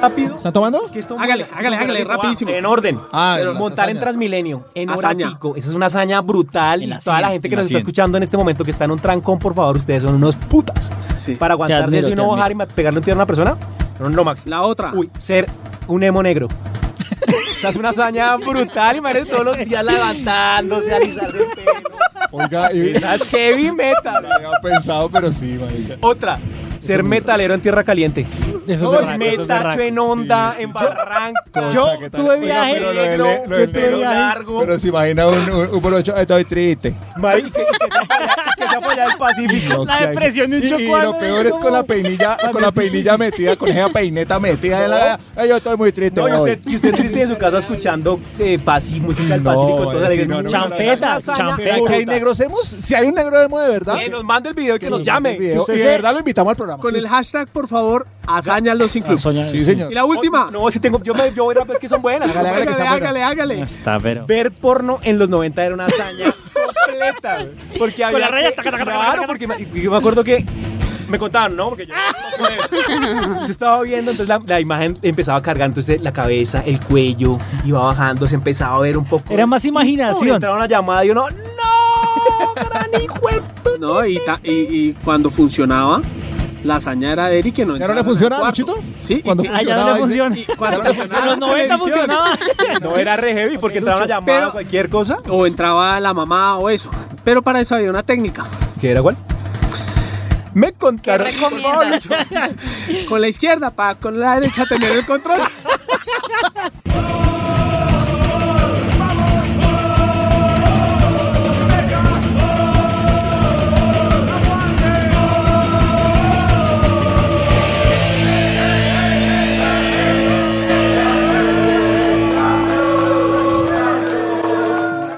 H: Rápido.
E: ¿Están tomando?
H: Es que esto
D: Hágale,
H: mola,
D: hágale,
H: esto
D: hágale,
H: mola, esto va
D: rapidísimo.
H: En orden.
E: Ah,
D: Pero
E: las
H: Montar en
E: hazañas.
H: Transmilenio, en hora
D: Hazaña.
H: pico. Esa es una hazaña brutal.
I: En
H: Y
I: la
H: toda la
I: cien,
H: gente
I: en
H: que
I: la
H: nos
I: cien.
H: está escuchando en este momento que está en un trancón, por favor, ustedes son unos putas.
D: Sí.
H: Para aguantarse
I: admiro,
H: eso y no
I: te
H: bajar y ma- pegarle un tiro a una persona, son lo máximo.
D: La otra.
H: Uy, ser un emo negro. o sea, es una hazaña brutal. Imagínate todos los días levantándose, alisarse el pelo.
E: Oiga, y-
H: Esa es heavy metal.
E: había pensado, pero sí, marica.
H: Otra, ser metalero en tierra caliente.
I: Eso
E: Oy,
I: es berraco, eso es berraco.
H: Metacho en onda, en barranco.
I: Yo
E: chaqueta,
I: tuve
E: oiga,
I: viajes.
E: pero lo del-
H: negro,
E: lo del
H: yo tuve
E: negro,
H: viajes. largo.
E: Pero se imagina un, un, un brocho, estoy triste.
H: Mari, que, que sea para allá- que sea para allá del Pacífico.
E: No
I: La
E: sé,
I: depresión de un
E: y- y,
I: chocuano,
E: lo peor es
I: ¿cómo?
E: con la peinilla, con la peinilla metida, con esa peineta metida en la. Ay, yo estoy muy triste.
H: No, y
E: hoy.
H: usted, y usted triste en su casa escuchando eh, paci- música del
E: No,
H: Pacífico. toda la
E: sí,
H: alegría.
E: no, no,
I: Champeta,
E: ¿Será que hay
I: champeta.
E: negros hemos? Si hay un negro hemos de verdad.
H: Que Eh, nos mande el video y que nos
E: mande el
H: llame.
E: video.
I: Usted
E: Y de
I: se-
E: verdad lo invitamos al programa.
D: Con el hashtag, por favor, hazañas los sin
I: Ah,
D: club.
I: soña-
E: Sí, señor.
D: Y la última.
H: No, si tengo. Yo, me, yo voy a ver que son buenas.
E: Hágale, hágale, que
D: Hágale,
E: está buena.
D: hágale, hágale.
I: Está, pero.
H: Ver porno en los 90 era una hazaña completa. güey. Porque había
I: la raya,
H: que-
I: taca, taca, taca,
H: Claro,
I: taca.
H: porque me, yo me acuerdo que me contaban, ¿no? Porque yo se estaba viendo, entonces la, la imagen empezaba a cargar, entonces la cabeza, el cuello iba bajando, se empezaba a ver un poco.
I: Era más imaginación.
H: Entraba una llamada y uno, ¡No! gran hijo de puta".
D: No, y, ta- y- y cuando funcionaba, la hazaña era de Eric que no
E: ¿Ya no
D: entraran
E: le
D: al
E: funciona,
D: cuarto.
E: Luchito?
D: Sí, y
E: Cuando
D: que-
I: Ah, ya
E: funcionaba,
I: no le
E: dice-
I: funciona.
D: y cuando
I: En
D: funcionaba
I: los
D: la
I: 90
D: televisión,
I: funcionaba.
H: No era re heavy porque entraba una llamada
D: pero-
H: cualquier cosa.
D: O entraba la mamá o eso. Pero para eso había una técnica.
H: ¿Qué era cuál? Me
J: ¿Qué
H: contaron.
J: recomiendas?
D: Con la izquierda, para con la derecha tener el control.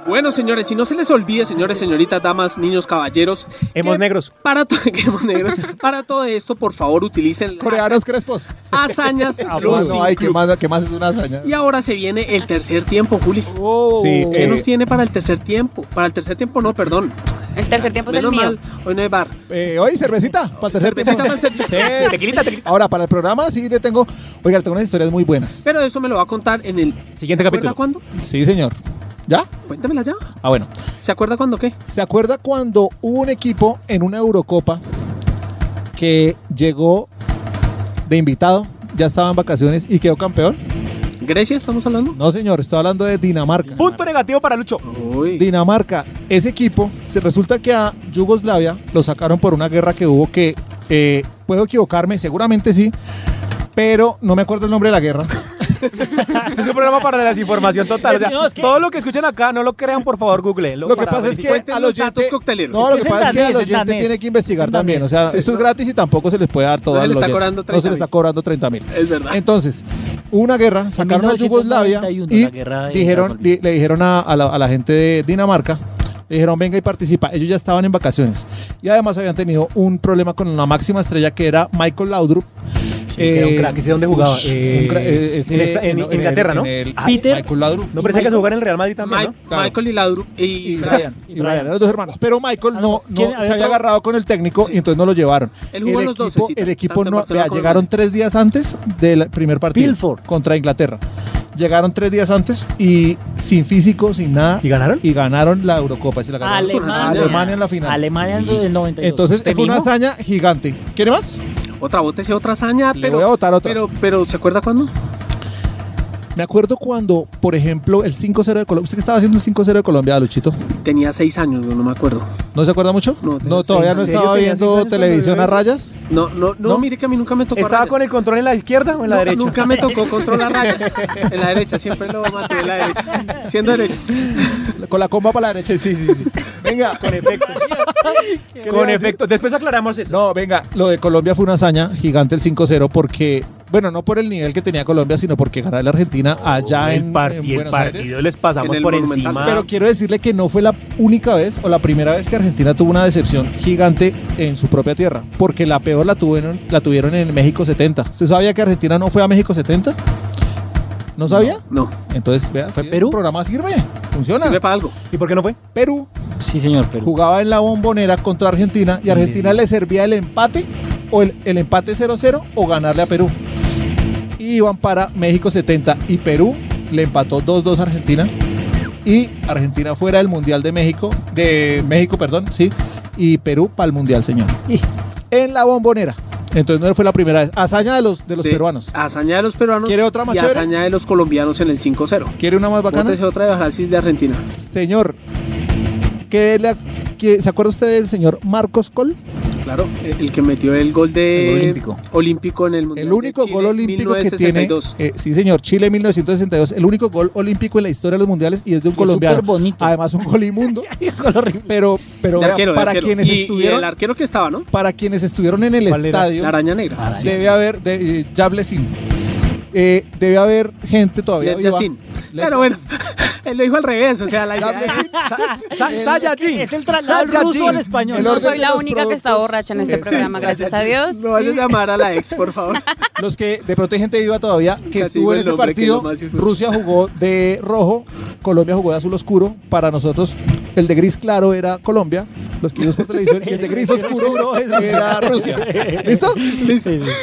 D: Bueno, señores, y no se les olvide, señores, señoritas, damas, niños, caballeros.
H: Hemos
D: que
H: negros.
D: Para, to- que hemos negros. para todo esto, por favor, utilicen
E: Coreanos crespos.
D: hazañas
E: No,
D: Los
E: no, ay,
D: Inclu-
E: que más, que más es una hazaña.
D: pues Y ahora se viene el tercer tiempo, Juli.
E: Sí,
D: ¿Qué
E: eh,
D: nos tiene para el tercer tiempo? Para el tercer tiempo no, perdón.
J: El tercer tiempo es el
D: Menos
J: mío.
D: mal, hoy no hay bar.
E: Eh, oye, cervecita, para el tercer Eh,
D: Cervecita
E: tiempo.
D: para el tercer-
E: Sí.
H: Tequilita, tequilita.
E: Ahora, para el programa sí le tengo, oiga, le tengo unas historias muy buenas.
D: Pero eso me lo va a contar en el
H: Siguiente
D: ¿se acuerda
H: capítulo.
D: cuándo?
E: Sí, señor. ¿Ya?
D: Cuéntamela ya.
E: Ah, bueno.
D: ¿Se acuerda cuando qué?
E: ¿Se acuerda cuando hubo un equipo en una Eurocopa que llegó de invitado, ya estaba en vacaciones y quedó campeón?
D: ¿Grecia estamos hablando?
E: No, señor, estoy hablando de Dinamarca.
H: Punto negativo para Lucho.
E: Dinamarca, ese equipo, se resulta que a Yugoslavia lo sacaron por una guerra que hubo que, eh, puedo equivocarme, seguramente sí, pero no me acuerdo el nombre de la guerra.
H: Este es un programa para la desinformación total. O sea,
E: No, es que-
H: todo lo que escuchan acá, no lo crean, por favor, Google.
E: Lo que pasa es que a los oyente, no, lo que pasa es que al oyente tiene que investigar también. O sea,
H: Sí,
E: esto es
H: ¿no?
E: gratis y tampoco se les puede dar todo.
H: No se
E: al
H: le está
E: oyente.
H: cobrando
E: No se le
H: 30.000.
E: está cobrando 30 mil.
D: Es verdad.
E: Entonces, hubo una guerra, sacaron a Yugoslavia
I: 1991,
E: y
I: la guerra de
E: dijeron, le, le dijeron a, a la, a la gente de Dinamarca, le dijeron, venga y participa. Ellos ya estaban en vacaciones. Y además habían tenido un problema con una máxima estrella que era Michael Laudrup. Eh,
H: que era un crack, ese dónde jugaba,
E: ush,
H: eh,
E: un cra- eh, ese-
H: en esta- en
E: el-
H: Inglaterra, ¿no?
E: en el-
H: Peter-
E: Michael Laudrup.
H: No, pero ese que se jugaba en el Real Madrid también, ¿no?
D: Mike- Michael y Laudrup y, Brian.
E: y Brian, eran los dos hermanos. Pero Michael no, no
D: ¿Quién?
E: se
D: ¿Había
E: había
D: otro?
E: agarrado con el técnico y entonces no lo llevaron.
D: Él jugó en
E: el
D: los
E: equipo,
D: doce, sí,
E: el
D: tanto
E: equipo
D: en
E: no.
D: Barcelona
E: vea,
D: como en
E: llegaron tres días antes del primer partido contra Inglaterra. Llegaron tres días antes y sin físico, sin nada. ¿Y
H: ganaron?
E: Y ganaron la Eurocopa. y se la ganaron.
I: Alemania.
E: A Alemania en la final.
I: Alemania en el 92.
E: Entonces
I: ¿Usted
E: es una
I: mismo?
E: hazaña gigante. ¿Quiere más?
D: Otra bótese, otra hazaña, pero.
E: voy a botar otra.
D: Pero, pero, ¿se acuerda cuándo?
E: Me acuerdo cuando, por ejemplo, el 5-0 de Colombia. ¿Usted qué estaba haciendo el 5-0 de Colombia, Luchito?
D: Tenía seis años, no, no me acuerdo.
E: ¿No se acuerda mucho? No, todavía
D: seis
E: no
D: años.
E: estaba
D: ¿En serio tenía seis
E: viendo
D: años
E: televisión a
D: cuando yo-
E: rayas.
D: No, no, no, mire que a mí nunca me tocó.
H: ¿Estaba
D: rayas.
H: con el control en la izquierda o en la
D: No,
H: derecha?
D: Nunca me tocó controlar rayas. En la derecha, siempre lo maté en la derecha. Siendo derecho.
E: Con la comba para la derecha.
H: Sí, sí, sí.
E: Venga.
H: Con efecto. Con efecto. Después aclaramos eso.
E: No, venga, lo de Colombia fue una hazaña gigante el 5-0 porque, bueno, no por el nivel que tenía Colombia, sino porque ganó la Argentina allá
H: el
E: en,
H: part-
E: en
H: y el
E: Buenos
H: partido
E: Aires.
H: les pasamos En el por Monumental. encima.
E: Pero quiero decirle que no fue la única vez o la primera vez que Argentina tuvo una decepción gigante en su propia tierra, porque la peor la tuvieron, la tuvieron en México 70. ¿Usted sabía que Argentina no fue a México 70? ¿No sabía?
D: No.
E: Entonces, vea, fue
I: Perú.
E: El programa sirve, funciona.
D: Sirve para algo.
H: ¿Y por qué no fue?
E: Perú.
I: Sí, señor, Perú.
E: jugaba en la bombonera contra Argentina y Argentina le servía el empate o el, el empate 0-0 o ganarle a Perú. Y iban para México 70 y Perú le empató 2-2 a Argentina y Argentina fuera del Mundial de México, de México, perdón, sí, y Perú para el Mundial, señor. En la bombonera. Entonces no fue la primera vez. Hazaña de los, de los
D: De-
E: peruanos.
D: Hazaña de los peruanos.
E: ¿Quiere otra más
D: Y
E: chévere?
D: hazaña de los colombianos en el 5-0.
E: ¿Quiere una más bacana?
D: Bótese otra de Brasil de Argentina.
E: Señor, ¿qué le, ac- qué- ¿se acuerda usted del señor Marcos Col?
D: Claro, el que metió el gol de
E: El olímpico.
D: olímpico en el mundial.
E: El único
D: de Chile,
E: gol olímpico que
D: 1962.
E: tiene. eh, sí, señor, Chile 1962. El único gol olímpico en la historia de los mundiales y es de un
I: es
E: colombiano.
I: súper bonito.
E: Además, un gol inmundo. pero pero
D: De
E: vea,
D: arquero, de
E: para
D: arquero.
E: quienes
D: Y- y
E: estuvieron.
D: el arquero que estaba, ¿no?
E: Para quienes estuvieron en el
D: ¿Cuál era?
E: estadio.
D: La araña negra. Ah, sí,
E: debe
D: sí.
E: haber. De, eh, Jablesin. Eh, debe haber gente todavía.
D: Led
E: viva.
D: Yassin. Pero Ah, bueno, él lo dijo al revés, o sea, la idea es-
H: Sa- Saiyajin.
I: Es el traslado
H: Saiyajin.
I: ruso al español.
E: El
J: No
E: orden
J: soy
E: de
J: la
E: los
J: única que está borracha en este
E: Sí,
J: programa,
E: sí,
J: gracias
E: sí,
J: a
E: sí.
J: Dios.
D: No vayas a llamar a la ex, por favor.
E: Los que de pronto hay gente viva todavía que
D: Casi
E: estuvo
D: digo
E: en
D: el
E: ese
D: nombre, que es
E: partido.
D: lo más hijo-
E: Rusia jugó de rojo, Colombia jugó de azul oscuro. Para nosotros, el de gris claro era Colombia, los que vimos por televisión, y el de gris oscuro era Rusia. ¿Listo?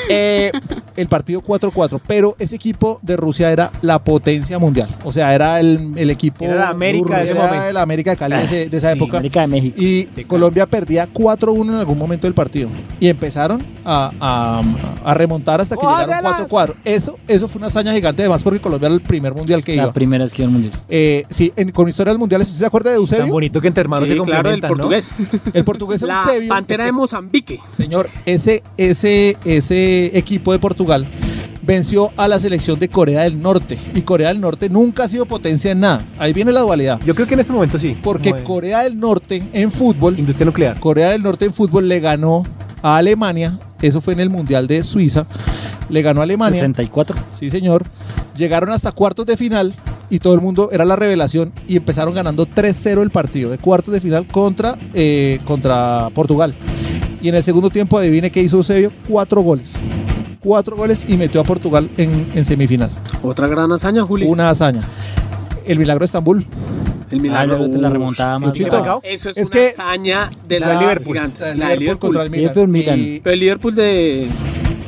E: Eh, el partido 4-4, pero ese equipo de Rusia era la potencia mundial. O sea, era el, el equipo.
H: Era la América de ese
E: era
H: momento.
E: el América de Cali de, ese- de esa
I: Sí,
E: época.
I: América de México.
E: Y Colombia perdía 4-1 en algún momento del partido. Y empezaron a, a- a remontar
D: ¡Oh,
E: hasta que llegaron 4-4. Eso, eso fue una hazaña gigante, además, porque Colombia era el primer mundial que
I: La
E: iba.
I: primera es que iba al mundial.
E: Eh, sí, en- con historia del mundial, ¿usted se acuerda de Eusebio?
H: Tan bonito que entre hermanos
D: Sí,
H: se
D: claro, el
H: complementan, ¿no?
D: portugués.
E: El portugués
D: La
E: Eusebio.
D: pantera de Mozambique.
E: Señor, ese, ese, ese equipo de Portugal venció a la selección de Corea del Norte. Y Corea del Norte nunca ha sido potencia en nada. Ahí viene la dualidad.
H: Yo creo que en este momento sí.
E: Porque
H: Como de-
E: Corea del Norte en fútbol.
H: Industria nuclear.
E: Corea del Norte en fútbol le ganó a Alemania. Eso fue en el Mundial de Suiza. Le ganó a Alemania.
I: 64.
E: Sí, señor. Llegaron hasta cuartos de final y todo el mundo era la revelación y empezaron ganando 3-0 el partido de cuartos de final contra, eh, contra Portugal. Y en el segundo tiempo, adivine qué hizo Eusebio, cuatro goles. Cuatro goles y metió a Portugal en, en semifinal.
D: Otra gran hazaña, Juli.
E: Una hazaña. El milagro de Estambul.
D: El
I: milagro. Ah, la remontada más
E: Luchito,
I: brava.
D: Eso es,
E: Es
D: una
E: que-
D: hazaña de
E: La
D: la
E: Liverpool.
D: gigante.
E: La
D: La de
E: Liverpool
D: Liverpool.
E: contra el Milan.
I: Liverpool, Milan.
E: Y-
D: Pero el Liverpool de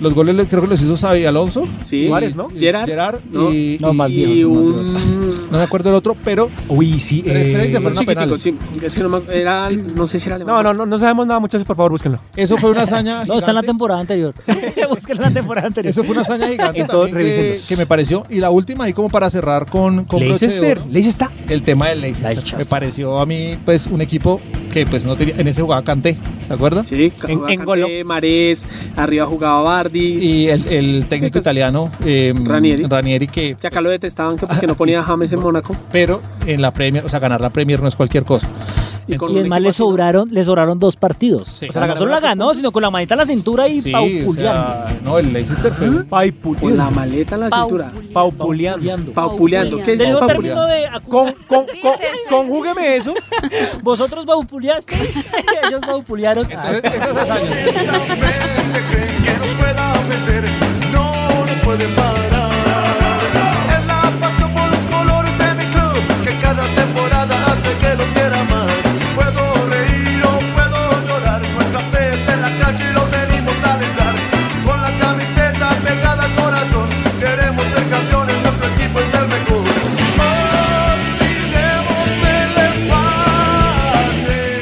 E: Los goles le- creo que los hizo Xavi Alonso.
D: Sí. Suárez, ¿no? Gerard.
E: Gerard.
D: No.
E: Y,
D: No,
E: y-
D: más viejo,
E: y
D: más
E: un- No me acuerdo el otro, pero...
H: Uy, sí. eh,
E: 3-3 se
D: Un
E: fueron a
D: chiquitico,
E: penales.
D: sí. Es que no, me- era, no sé si era alemán.
H: No, no, no, no sabemos nada, muchachos, por favor, búsquenlo.
E: Eso fue una hazaña
I: No, está en la temporada anterior. Busquen la temporada anterior.
E: Eso fue una hazaña gigante también
H: Entonces,
E: que-
H: revísenlos.
E: que, me pareció. Y la última, ahí como para cerrar con, con broche de
H: Leicester,
E: oro,
H: Leicester.
E: el tema del Leicester.
H: Leicester.
E: Me pareció a mí, pues, un equipo que pues no tenía... En ese jugaba Kanté, ¿se acuerdan?
D: Sí, en, Marés, arriba jugaba Bardi.
E: Y el, el técnico
I: pues,
E: italiano eh,
D: Ranieri.
E: Ranieri que
D: Que acá lo detestaban que porque no ponía a James en Mónaco.
E: pero en la Premier, o sea, ganar la Premier no es cualquier cosa.
I: Y, además le sobraron, le sobraron dos partidos. O sea,
E: La
I: no
E: ganó
I: solo la
E: la
I: ganó, sino con la manita a la cintura y
E: Sí,
I: paupuleando.
E: o sea, no, el Leicester fue un-
D: Con la maleta a la cintura.
H: Paupuleando.
D: Paupuleando. ¿Qué es
I: Del nuevo
D: paupuleando?
I: término de
H: Con, con, con, conjúgueme eso.
I: Vosotros baupuleaste, ellos baupulearon.
G: no nos pueden parar. Es la pasión por los colores de mi club que cada temporada hace que lo quiera más. Puedo reír o puedo llorar, nuestra fe está en la calle y lo venimos a alentar. Con la camiseta pegada al corazón, queremos ser campeones, nuestro equipo es el mejor. Olvidemos el empate.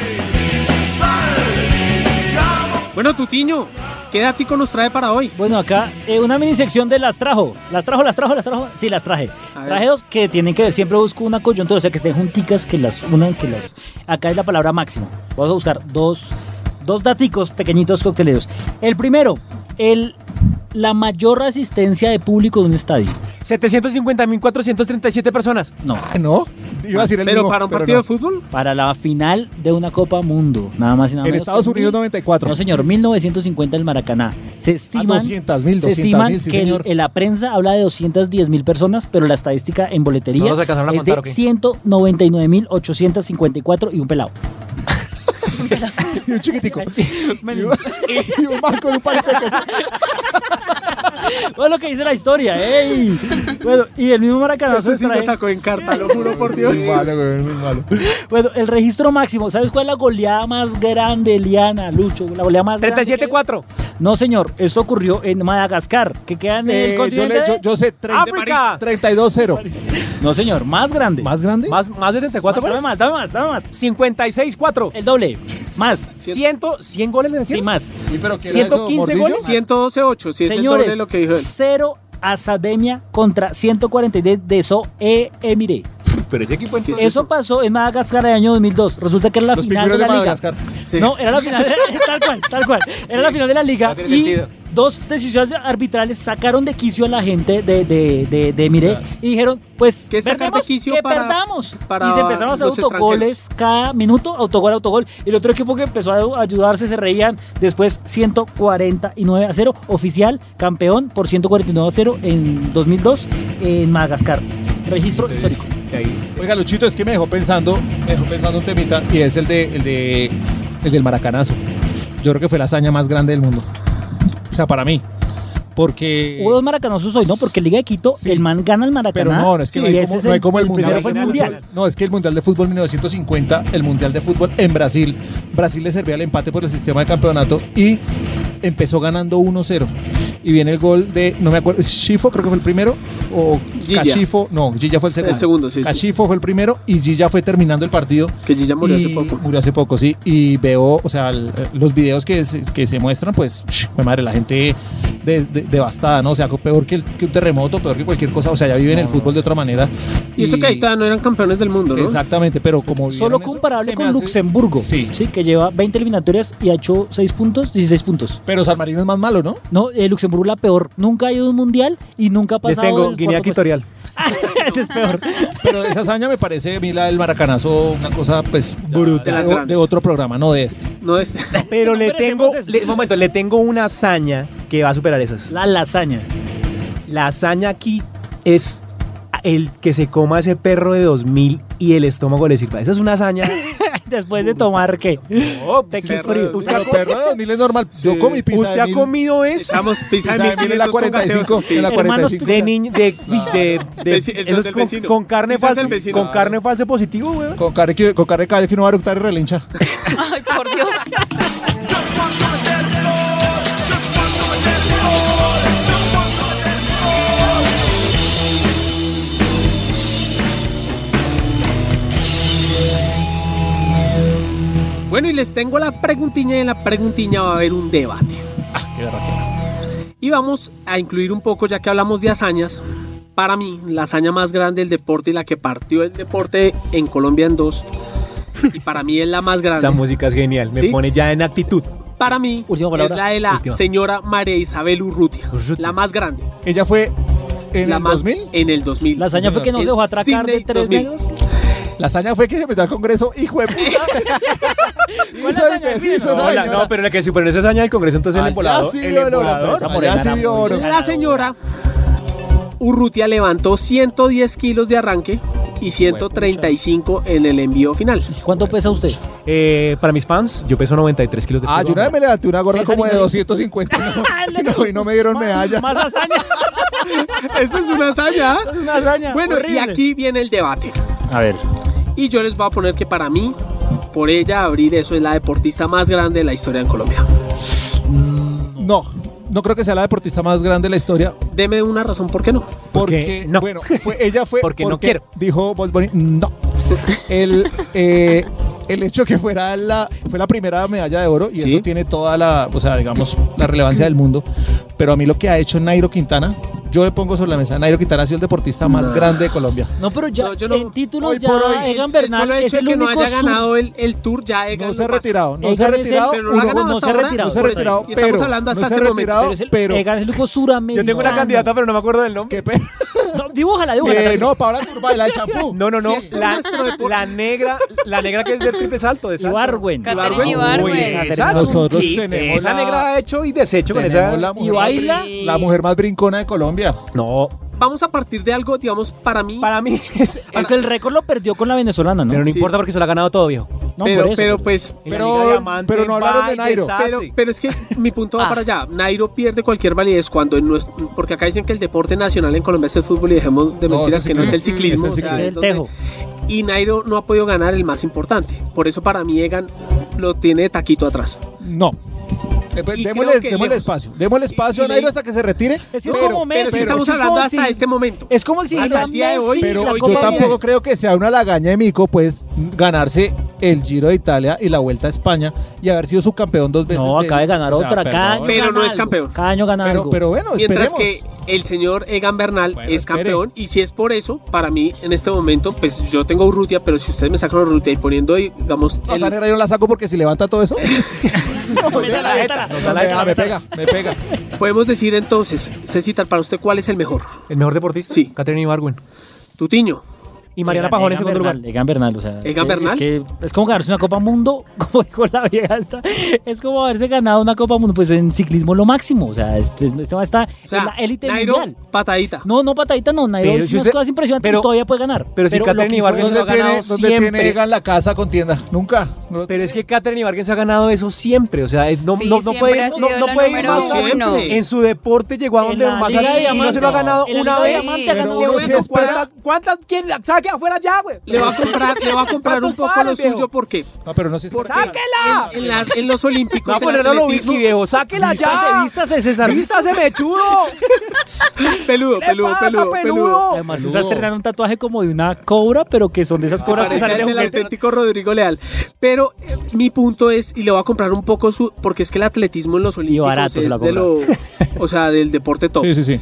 G: Salgamos
D: Bueno, Tutiño, ¿qué datico nos trae para hoy?
I: Bueno, acá eh, una mini sección de las trajo. Las trajo, las trajo, las trajo. Sí, las traje.
D: ver.
I: Traje dos que tienen que ver. Siempre busco una coyuntura, o sea, que estén junticas, que las unan, que las. Acá es la palabra máximo. Vamos a buscar dos, dos daticos pequeñitos cocteleros. El primero, el, la mayor asistencia de público de un estadio.
H: 750.437 personas.
I: No.
E: No, iba a decir el mismo, pero no.
D: fútbol?
I: Para la final de una Copa Mundo, nada más y nada
E: En
I: menos.
E: Estados
I: que
E: Unidos
I: mil-
E: 94.
I: No, señor, 1950 el Maracaná.
E: Ah,
I: Se estiman,
E: 200.000, 200.000,
I: se estiman
E: sí,
I: que el-
E: señor.
I: en la prensa habla de 210 mil personas, pero la estadística en boletería
H: ¿No los alcanzaron a
I: es
H: contar,
I: de
H: o qué?
I: 199 mil 854 y un pelado.
E: y un chiquitico. y un man con un palito de queso.
I: Bueno, lo que dice la historia, ¡ey! Bueno, y el mismo Maracaná
D: Eso
I: se
D: sí lo
I: trae-
D: sacó en carta, lo juro por Dios.
E: Muy malo, güey, muy malo.
I: Bueno, el registro máximo, ¿sabes cuál es la goleada más grande, Liana, Lucho? La goleada más grande.
H: 37.4.
I: No, señor, esto ocurrió en Madagascar, que queda en
E: Eh,
I: el
E: yo,
I: continente.
E: le- yo- yo sé, treinta-
H: África.
E: 32-0.
I: No, señor, más grande.
E: ¿Más grande?
H: Más, más de 34
I: Dame
H: goles.
I: más, dame más, dame más.
D: Eh,
H: 56.4.
I: El doble. Más.
H: 100, 100 goles le
I: Sí,
H: metieron.
I: más.
E: Uy, pero ¿qué era eso,
H: 115
E: Gordillo?
H: goles.
D: 112.8, si es el doble de
I: Señores,
D: lo que dijo él.
I: cero Azademia contra 143 de So e Emire.
H: Pero ese equipo
D: ¿Qué es
H: entonces.
I: Eso pasó en Madagascar el año 2002. Resulta que era la
E: Los
I: final de
E: pingüinos
I: la
E: de
I: liga.
E: Madagascar.
D: Sí.
I: No, era la final, tal cual, tal cual. Era la final de la liga
H: no tiene
I: y
H: sentido.
I: dos decisiones arbitrales sacaron de quicio a la gente de, de, de, de Mire y dijeron, pues,
D: ¿Qué es sacar de
I: perdemos,
D: quicio
I: que
D: para-
I: perdamos.
D: para
I: y se empezaron a hacer
D: los
I: autogoles cada minuto, autogol, autogol. Y el otro equipo que empezó a ayudarse se reían después 149 a 0, oficial, campeón por 149 a 0 en 2002 en Madagascar. Registro histórico.
E: Oiga, Luchito, es que me dejó pensando, me dejó pensando un temita y es el de el de el del maracanazo. Yo creo que fue la hazaña más grande del mundo. O sea, para mí. Porque
I: Hubo dos maracanazos hoy, ¿no? Porque Liga de Quito, el man gana el maracaná.
E: pero no, no, es que no,
I: y
E: hay
I: ese
E: como,
I: es
E: no hay como el, mundial.
I: primero fue el mundial.
E: No, es que el mundial de fútbol 1950, el mundial de fútbol en Brasil, Brasil le servía el empate por el sistema de campeonato y empezó ganando 1-0. Y viene el gol de, no me acuerdo, Chifo creo que fue el primero, o
D: Gilla.
E: Cachifo, no, Gilla fue el segundo.
D: El segundo, sí, sí.
E: Cachifo fue el primero y Gilla fue terminando el partido.
D: Que Gilla murió hace
E: Y
D: poco.
E: Murió hace poco, sí. Y veo, o sea, el- los videos que se, que se muestran, pues, fue madre, la gente de- de- devastada, ¿no? O sea, peor que, el- que un terremoto, peor que cualquier cosa. O sea, ya viven el fútbol de otra manera.
D: Y eso que ahí todavía no eran campeones del mundo, ¿no?
E: Exactamente, pero como
I: Solo
E: vieron eso,
I: comparable
E: se me
I: con
E: hace-
I: Luxemburgo,
E: Sí.
I: sí. que lleva 20 eliminatorias y ha hecho 6 puntos, 16 puntos.
E: Pero San Marino es más malo, ¿no?
I: No, eh, Luxemburgo la peor. Nunca ha ido a un mundial y nunca ha
H: Les
I: pasado.
H: tengo
I: el
H: Guinea
I: cuarto puesto.
H: Equatorial.
I: Ah, Ese es peor.
E: Pero esa hazaña me parece, Mila, el maracanazo, una cosa, pues, de,
H: Brutal.
D: De las
E: de
D: grandes.
E: otro programa, no de este.
D: No es...
H: Pero le
I: Pero
H: tengo.
I: hacemos eso.
H: le- un momento, le tengo una hazaña que va a superar esas.
I: La lasaña.
H: La hazaña aquí es el que se coma ese perro de 2000 y el estómago le sirva. Esa es una hazaña.
I: Después de tomar, ¿qué?
H: Oh,
I: Te
D: perro
I: frío.
D: de-
E: Pero perro de 2000 es normal. Yo comí pizza
H: ¿Usted
E: de
H: ha
E: mil-
H: comido eso?
D: Echamos
E: pizza
D: pizza de
E: de mil en la
D: 1500 con
E: 45.
D: gaseosa. Sí.
E: en la
I: Hermanos
E: 45.
H: De niño, de, de, de-
D: Veci- el
H: eso es
D: del
H: con,
D: vecino.
H: con carne
D: Quizás el
H: falsa,
D: vecino.
H: con carne falsa positivo, weón.
E: Con carne que- con carne de caballo que uno va a eructar y relincha.
K: Ay, por Dios.
G: Just want to let it all. Just want to let it all.
D: Bueno, y les tengo la preguntiña y en la preguntiña va a haber un debate.
I: Qué berraquera.
D: Y vamos a incluir un poco, ya que hablamos de hazañas, para mí la hazaña más grande del deporte y la que partió el deporte en Colombia en dos, y para mí es la más grande,
H: Esa música es genial, me
D: ¿Sí?
H: pone ya en actitud.
D: para mí es
H: palabra.
D: la de la
H: Última.
D: señora María Isabel Urrutia, la más grande.
E: Ella fue en
D: la
E: el
D: más,
E: 2000?
D: En el 2000.
I: La hazaña fue que no se dejó atracar de
D: Sydney
I: tres
D: 2000.
I: negros.
E: La hazaña fue que se metió al Congreso, hijo de puta.
I: ¿Cuál
E: Hizo
I: hazaña,
E: el
I: Emilio?
E: deshizo
H: No,
E: esa
H: la-
E: señora.
H: no, pero la que superó esa hazaña del Congreso, entonces el
E: Allá
H: embolador.
E: sí
H: el
E: vio el oro,
H: embolador,
E: pero esa
H: allá
E: morena
H: sí
E: era
H: vio
E: muy
H: oro.
D: La señora Urrutia levantó 110 kilos de arranque y 135 en el envío final.
I: ¿Cuánto pesa usted?
H: Eh, para mis fans, yo peso 93 kilos de
E: Ah, yo
H: peso.
E: una vez me levanté una gorra
I: Sí,
E: como de
I: salió.
E: 250 y no, y no me dieron medalla.
I: Más hazaña.
D: Esa es una hazaña.
I: Es una hazaña.
D: Bueno, y
I: horrible.
D: aquí viene el debate.
I: A ver.
D: Y yo les voy a poner que para mí, por ella abrir eso es la deportista más grande de la historia en Colombia.
E: No, no creo que sea la deportista más grande de la historia.
D: Deme una razón por qué no.
E: Porque,
H: no.
E: bueno, fue- ella fue.
H: Porque no quiero.
E: Dijo Bolt Bunny, no. El, eh, el hecho que fuera la, fue la primera medalla de oro y
D: Sí.
E: eso tiene toda la, o sea, digamos, la relevancia del mundo. Pero a mí lo que ha hecho Nairo Quintana, yo le pongo sobre la mesa: Nairo Quintana ha sido el deportista más
D: No.
E: grande de Colombia.
I: No, pero ya
D: No, yo no-
I: en títulos
E: Hoy
I: ya
E: por hoy.
I: Egan
D: El
I: Bernal
D: solo
I: es
D: hecho de
I: el
D: que no
I: único
D: haya
I: sur-
D: ganado el, el tour ya Egan
E: No
D: lo
E: se ha
D: pasa.
E: retirado, no
I: Egan
E: se ha
I: es el-
E: retirado.
D: pero no lo ha
E: uno,
D: ganado
I: no
D: hasta
I: se ha
D: ahora.
I: retirado, pues,
E: No se ha
I: por eso.
E: retirado,
D: Y
E: pero.
D: estamos hablando hasta
E: no se
D: este
E: ha
D: momento.
E: retirado,
I: Pero es el-
E: Oh, pero.
I: Egan es el único suramericano.
H: Yo tengo una candidata, pero no me acuerdo del nombre.
E: qué pena.
I: No, dibújala, dibújala.
E: Eh,
I: tranquilo.
E: no, Paola Turbaila, el champú.
H: No, no, no.
D: es por
H: la,
D: nuestro deporte.
H: la negra, la negra que es del triple salto de salto.
I: Ibargüen.
J: Catherine Ibargüen.
H: Uy, esa es un
E: Nosotros
H: hit.
E: tenemos la-
H: Esa negra ha hecho y deshecho con esa.
E: Tenemos la mujer-
I: baila.
E: La mujer más brincona de Colombia.
H: No,
D: Vamos a partir de algo, digamos, para mí.
H: para mí es.
I: Aunque el récord lo perdió con la venezolana, ¿no?
H: Pero no
D: Sí.
H: importa porque se la ha ganado todo, viejo.
I: No,
D: pero,
I: por
D: pero
I: eso, pero-
D: pues
H: En la
E: Pero-
H: Liga Diamante,
E: pero no hablaron de
H: va y
E: Nairo.
H: deshace.
D: Pero, pero es que mi punto va
I: Ah.
D: para allá. Nairo pierde cualquier validez cuando en nuestro, porque acá dicen que el deporte nacional en Colombia es el fútbol y dejemos de
E: No,
D: mentiras
E: sí,
D: que no
E: sí.
D: es el ciclismo.
E: Es el
D: o sea,
E: ciclismo.
D: es
I: el
D: donde-
I: tejo.
D: y Nairo no ha podido ganar el más importante. Por eso para mí Egan lo tiene de taquito atrás.
E: No. Eh, pues,
D: Y
E: Démosle,
D: creo que
E: démosle
D: lejos.
E: espacio. Démosle espacio a
D: Y- y le-
E: Nairo hasta que se retire.
I: Es que es
E: pero-
I: como Messi,
D: Pero, sí
E: pero-
D: estamos
I: es como
D: hablando
I: si-
D: hasta este momento.
I: Es como si
D: Hasta
I: la
D: el día de
I: Messi
D: hoy,
I: la
E: Pero
D: hoy
E: yo
I: Copa
E: tampoco
I: Davis.
E: creo que sea una lagaña de Mico, pues, ganarse el Giro de Italia y la Vuelta a España y haber sido subcampeón dos veces.
I: No, acaba de ganar
E: o sea,
I: otra. Cada
E: perdón.
I: año
D: Pero
I: gana
D: no es
I: algo,
D: campeón.
I: Cada año gana
E: Pero,
I: algo.
E: pero bueno,
D: Mientras
E: esperemos.
D: que el señor Egan Bernal
E: Bueno,
D: es
E: espere.
D: campeón y si es por eso, para mí en este momento, pues yo tengo Urrutia, pero si ustedes me sacan Urrutia y poniendo, digamos,
E: No,
D: el-
E: esa negra yo la saco porque si levanta todo eso. No, ya-
I: la jeta,
E: no,
I: me
E: ya-
I: da la
E: ah, me pega, me pega.
D: podemos decir entonces, Cecitar, para usted, ¿cuál es el mejor?
H: ¿El mejor deportista?
D: Sí.
H: Catherine Ibargüen.
D: Tutiño.
H: Y Mariana
I: Egan-
H: Pajón en
I: Egan
H: segundo
I: Bernal,
H: lugar.
I: Egan Bernal, o sea. es
D: ¿Egan
I: que-
D: Bernal?
I: Es, que es como ganarse una Copa Mundo, como dijo la vieja esta. Es como haberse ganado una Copa Mundo, pues en ciclismo lo máximo. O sea, este, este man está
D: O sea,
I: en la élite
D: Nairo,
I: mundial.
D: patadita.
I: No, no, patadita, no. Nairo
H: Pero
I: hizo
H: si
I: unas
H: usted-
I: cosas impresionantes
H: pero-
I: y todavía puede ganar.
H: pero si
I: lo
H: Catherine
I: que hizo
H: Ibargüen
I: es-
H: se lo
E: ¿Dónde
H: ha ganado
E: tiene, dónde
H: siempre.
E: tiene Egan la casa con tienda? Nunca. No-
H: Pero es que Catherine Ibargüen se ha ganado eso siempre. O sea, es- no,
J: Sí,
H: no, no
J: siempre
H: puede
J: ha
H: ir, no,
J: sido
H: no
J: la
H: puede ir
J: número
H: más
D: uno.
H: alto. En su deporte llegó a
I: En
H: donde
I: la
H: más
I: Liga
H: allá
I: de
H: de Diamante
I: Diamante.
H: se lo ha ganado
I: En la
H: una
I: Liga de
H: vez.
I: Diamante ha
E: Pero
I: ganado
E: uno
I: una
E: sí
I: vez.
E: es- espera-
H: ¿Cuántas, ¿Cuántas? ¿Quién? Saque afuera ya, güey.
D: Le va a comprar, le va a comprar un poco lo
H: ¿Cuántos pares,
D: suyo
H: viejo?
D: porque
E: No, pero no sé.
D: ¿Por qué?
H: ¡Sáquela!
D: en, las- en los Olímpicos
H: Va a
D: el
H: ponerlo a lo
D: atletismo-
H: whisky, viejo. ¡Sáquela ya!
I: Vístase, vístase, César.
H: ¡Vístase, mechudo!
D: peludo,
H: ¿Qué
D: peludo,
H: pasa,
D: peludo, peludo.
H: peludo?
I: Además,
E: Peludo.
I: César tenía un tatuaje como de una cobra, pero que son de esas cobras que
D: Parece
I: salen de
D: el
I: juguete.
D: auténtico Rodrigo Leal. Pero eh, mi punto es, y le voy a comprar un poco su, porque es que el atletismo en los Olímpicos
I: barato se
D: es
I: la
D: de lo, o sea, del deporte top.
E: Sí, sí, sí.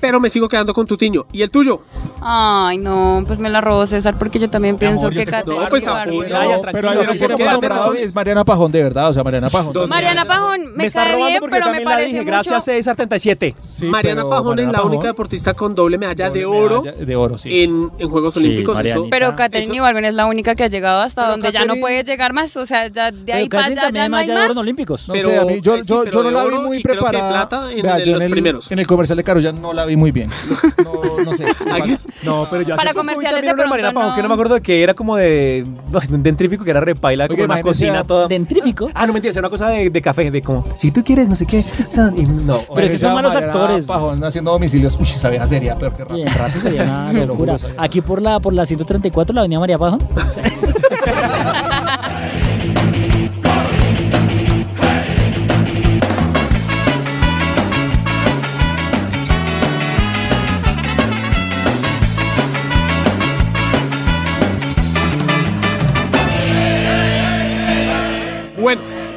D: Pero me sigo quedando con Tutiño. ¿Y el tuyo?
J: Ay, no, pues me la robó César porque yo también pienso
H: amor, yo
J: que
H: te-
J: Catherine
D: No, pues,
J: Ibargüen-
E: pero
H: Naya,
D: apoya,
H: tranquila,
E: ahí lo
D: pero
E: que
D: ¿por qué
E: tenemos
D: darte
E: nombrado
D: razón?
E: es Mariana Pajón, de verdad. O sea, Mariana Pajón.
D: Dos.
J: Mariana Pajón, me,
H: Pues Me está
J: cae
H: robando
J: bien,
H: porque yo
J: pero me
H: también la
J: parece
H: dije.
J: mucho.
H: Gracias, eh. César 37.
E: Sí,
D: Mariana
E: pero
D: Pajón es
E: Mariana
D: la
E: Pajón-
D: única deportista con doble medalla de
E: Doble
D: oro
E: medalla De oro, sí.
D: en, en Juegos
I: Sí,
D: Olímpicos. Eso,
I: Marianita.
J: Pero
I: Eso-
J: Catherine Ibargüen es la única que ha llegado hasta
E: Pero
J: donde ya no
E: Catherine-
J: puede llegar más. O sea, ya de ahí
I: Pero
J: para allá ya
I: Catherine Eh, también
J: no hay
I: medalla de
J: más.
I: oro en olímpicos.
E: No
D: Pero-
E: sé, a mí, yo,
D: eh, sí,
E: yo,
D: pero
E: yo no
D: de
E: la vi
D: oro
E: muy
D: y creo que
E: preparada.
D: plata en
E: Vea,
D: el-
E: yo
D: los primeros.
E: En el comercial de Carulla no la vi muy bien. No, no sé.
D: Aquí-
H: No, pero yo
J: Para
H: hace poco vi
J: comerciales
H: también
J: de
H: una Mariana
J: pronto,
H: Pajón
J: no.
H: que no me acuerdo de que era como de ay, un dentrífico que era repaila como
E: Oiga,
H: una
E: imagínese
H: cocina
E: a-
H: toda.
I: Dentrífico.
H: Ah, no mentira, es una cosa de, de café, de como si tú quieres no sé qué. tan, y no.
I: Pero es que
E: esa
I: son malos
E: Mariana
I: actores.
E: Pajón haciendo domicilios. Uy, esa vieja sería, pero qué
I: Bien,
E: raro.
I: rato sería una
E: Te lo
I: locura.
E: juro, sería
I: Aquí por la, por la 134, la avenida María Pajón.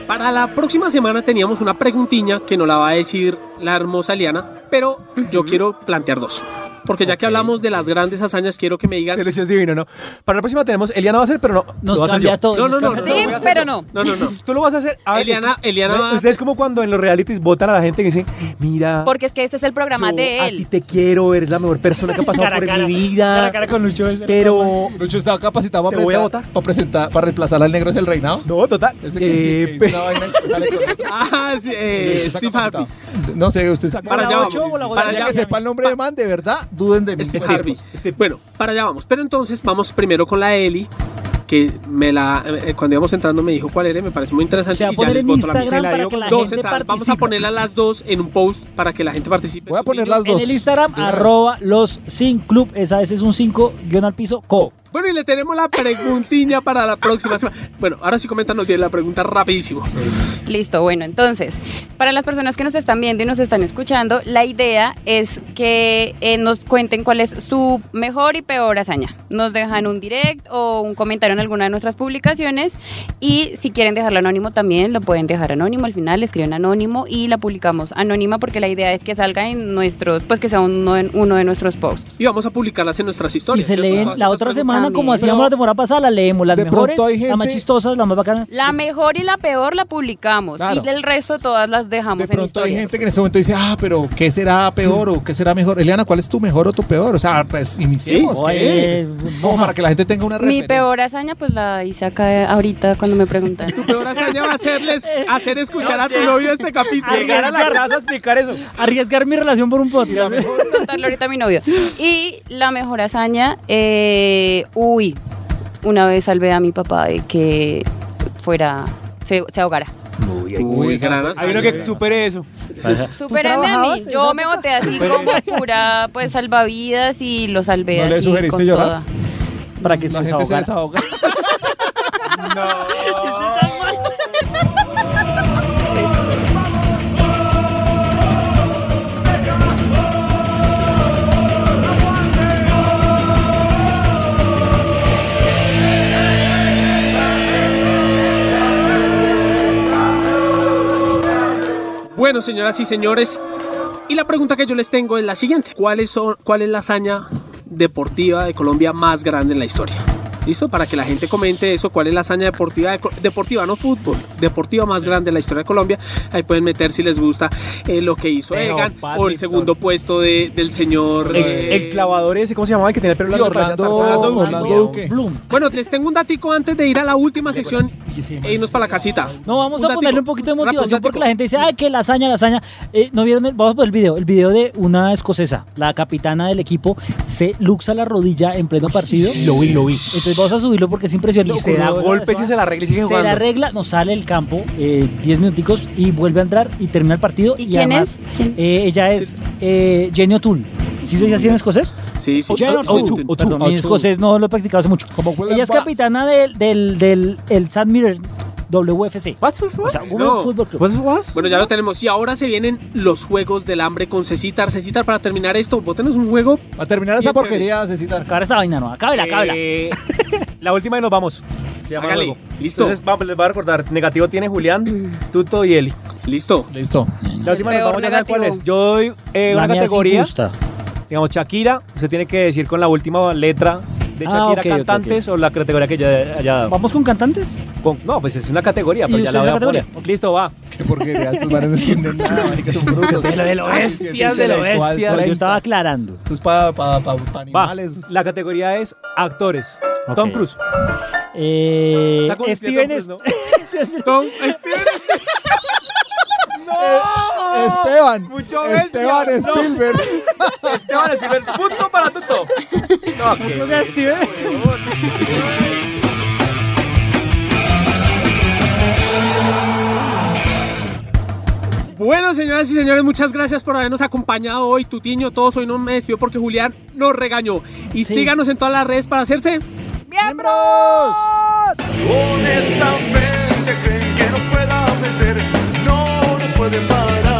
D: Para la próxima semana teníamos una preguntiña que nos la va a decir la hermosa Liana, pero yo quiero plantear dos. Porque ya que hablamos de las grandes hazañas, quiero que me digan.
H: Este es divino, ¿no? Para la próxima tenemos. Eliana va a hacer, pero no.
D: Nos
H: lo vas a hacer
D: cambia
H: yo.
D: todo,
H: No,
D: nos
H: no, no.
D: cambia
H: no, lo
D: todo.
H: voy a hacer
D: pero
H: yo.
D: no. No, no, no.
H: Tú lo vas a hacer. A ver,
D: Eliana-
H: es que-
D: Eliana va-
H: Ustedes, como cuando en los realities votan a la gente que dicen, mira.
J: Porque es que este es el programa
H: yo
J: de
H: A ti
J: él.
H: te quiero, eres la mejor persona que ha pasado
J: Cara a
H: por
J: cara,
H: mi vida.
J: cara a
H: cara con Lucho. Pero.
E: Lucho estaba capacitado para
H: Te voy a
E: presentar- Para, presentar, para reemplazar al negro es el reinado.
H: No, total.
E: Eh,
D: Ah, sí, eh, Steve Harvey.
E: No sé, usted saca
D: Para allá vamos.
E: Para allá que sepa el nombre de man, de verdad, duden de mí.
D: Steve Harvey. Bueno, para allá vamos. Pero entonces vamos primero con la Eli, que me la eh, cuando íbamos entrando me dijo cuál era, y me parece muy interesante
I: Se va a
D: y ya
I: poner
D: les
I: en
D: boto la
I: Instagram
D: mía.
I: para que la
D: Dos
I: gente
D: entradas. Vamos a ponerla las dos en un post para que la gente participe. Voy a poner
E: las
I: En el Instagram, arroba los sin club. Esa vez es un 5 guión al piso, co.
D: Bueno, y le tenemos la preguntiña para la próxima semana. Bueno, ahora sí coméntanos bien la pregunta rapidísimo.
J: Listo, bueno, entonces, para las personas que nos están viendo y nos están escuchando, la idea es que eh, nos cuenten cuál es su mejor y peor hazaña. Nos dejan un direct o un comentario en alguna de nuestras publicaciones y si quieren dejarlo anónimo también lo pueden dejar anónimo. Al final escriben anónimo y la publicamos anónima porque la idea es que salga en nuestros, pues que sea uno, en uno de nuestros posts.
D: Y vamos a publicarlas en nuestras
I: Y
D: historias.
I: se
D: ¿cierto?
I: leen
D: Todas
I: la
D: esas
I: otra
D: preguntas.
I: semana, como hacíamos la temporada pasada, la leemos. Las
D: de pronto
I: mejores,
D: hay
I: las más
D: gente-
I: chistosas, las más bacanas.
J: La mejor y la peor la publicamos
E: Claro.
J: y del resto todas las dejamos en
E: Hay
J: historias.
E: gente que en este momento dice, ah, pero ¿qué será peor o qué será mejor? Eliana, ¿cuál es tu mejor o tu peor? O sea, pues iniciemos.
I: Sí,
E: ¿qué
I: es?
E: es? Como para que la gente tenga una
J: Mi
E: referencia.
J: peor hazaña pues la hice acá ahorita cuando me preguntan.
D: Peor hazaña va a hacerles hacer escuchar
J: No,
D: a tu
J: llega-
D: novio este capítulo.
J: Llegar a la
H: casa a explicar eso.
I: Arriesgar mi relación por un podcast.
J: contarle ahorita a mi novio. Y la mejor hazaña, eh, uy, una vez salvé a mi papá de que fuera, se, se ahogara.
D: Uy, granas.
H: Hay uno que supere eso.
J: Supérame a mí,
I: trabajabas
J: yo me boté así
H: Supere.
J: como pura pues salvavidas y lo salvé
E: ¿No le
J: así
E: sugeriste
J: con
E: llorar?
J: toda.
I: Para que
E: la
I: se
E: gente se
I: desahogara.
E: desahoga.
D: Bueno, señoras y señores, y la pregunta que yo les tengo es la siguiente: ¿Cuál es, cuál es la hazaña deportiva de Colombia más grande en la historia? ¿Listo? Para que la gente comente eso, cuál es la hazaña deportiva, de Co- deportiva, no fútbol, deportiva más grande en la historia de Colombia. Ahí pueden meter si les gusta eh, lo que hizo
H: Pero,
D: Egan o el
H: Patrick,
D: segundo puesto de- del señor.
H: El,
D: eh,
H: el clavador ese, ¿cómo se llamaba? El que tenía el pelo
E: Y
H: largo. parecía
E: Orlando,
H: Tarzán.
E: Orlando Duque.
D: Bueno, les tengo un datico antes de ir a la última sección e irnos para la casita.
I: No, vamos
D: Un
I: a ponerle
D: datico.
I: un poquito de
D: Rápido, un
I: motivación porque
D: datico.
I: la gente dice, ah, que lasaña, lasaña. Eh, ¿No vieron? el- vamos por el video. El video de una escocesa, la capitana del equipo, se luxa la rodilla en pleno partido.
H: Lo vi, lo vi.
I: Entonces vamos a subirlo porque es impresionante.
H: Y se da
I: Ocurrió esa-
H: golpes y se la arregla y sigue
I: Se la
H: jugando.
I: arregla, nos sale el campo, eh, 10 minuticos y vuelve a entrar y termina el partido. ¿Y,
J: quién
I: además, eh, ella es eh, Jenny O'Toole. ¿Sí se dice así en escocés?
D: Sí, sí.
I: Jenny
D: O'Toole,
I: O'Toole.
D: O'Toole,
I: Perdón, mi
D: O'Toole.
I: escocés no lo he practicado hace mucho. Ella es
E: Bass.
I: capitana del, del, del el St. Mirren WFC. O sea, Women
D: No.
I: Football
H: Pues-
I: Club.
D: Bueno, ya lo tenemos. Y ahora se vienen los juegos del hambre con Cecita. Cecita, para terminar esto, botenos un juego.
E: Para terminar
D: Bien
E: esa
D: chévere.
E: porquería, necesitar.
I: Acabar esta vaina, no. Acábela, acábela.
H: Eh, la última y nos vamos. Se llama
D: Hágale,
H: el juego.
D: listo.
H: Entonces vamos, les voy a recordar. Negativo tiene Julián, Tuto y Eli.
D: Listo.
E: Listo.
H: La última nos
J: Mm. Peor
H: vamos, ya saben cuál es.
J: negativo.
H: Yo doy eh,
I: La
H: una
I: mía sí
H: categoría.
I: gusta.
H: Digamos, Shakira, usted tiene que decir con la última letra de
I: Ah,
H: Shakira,
I: ok, ok,
H: cantantes o la categoría que ya haya dado.
I: ¿Vamos con cantantes?
H: Con- no, pues es una categoría, pero
I: ¿Y
H: ya la voy
I: usted
H: a
I: es la
H: poner.
I: categoría?
H: Listo, va.
E: Qué porquería, estos manes no entienden nada, marica, son brutos.
I: De lo- de lo
E: Ay,
I: bestias,
E: siete
H: de lo
E: intelectual,
H: bestias.
I: Pues yo
E: 30.
I: estaba aclarando.
E: Esto es para pa, pa- pa
H: Va.
E: animales.
H: La categoría es actores. Tom Cruise.
I: Eh,
H: O sea, como
I: Steven
H: Tom Cruise, ¿no?
D: Tom, Steven,
H: Eh, este
E: Esteban.
H: Mucho
E: Esteban
H: bestia. No.
E: Spielberg.
H: Esteban Spielberg. Punto para Tuto. No,
I: O sea, Steven.
D: Bueno, señoras y señores, muchas gracias por habernos acompañado hoy. Tutiño, todos hoy no me despido porque Julián nos regañó. Y síganos en todas las redes para hacerse.
G: Honestamente creen que nos pueda vencer, no nos pueden parar.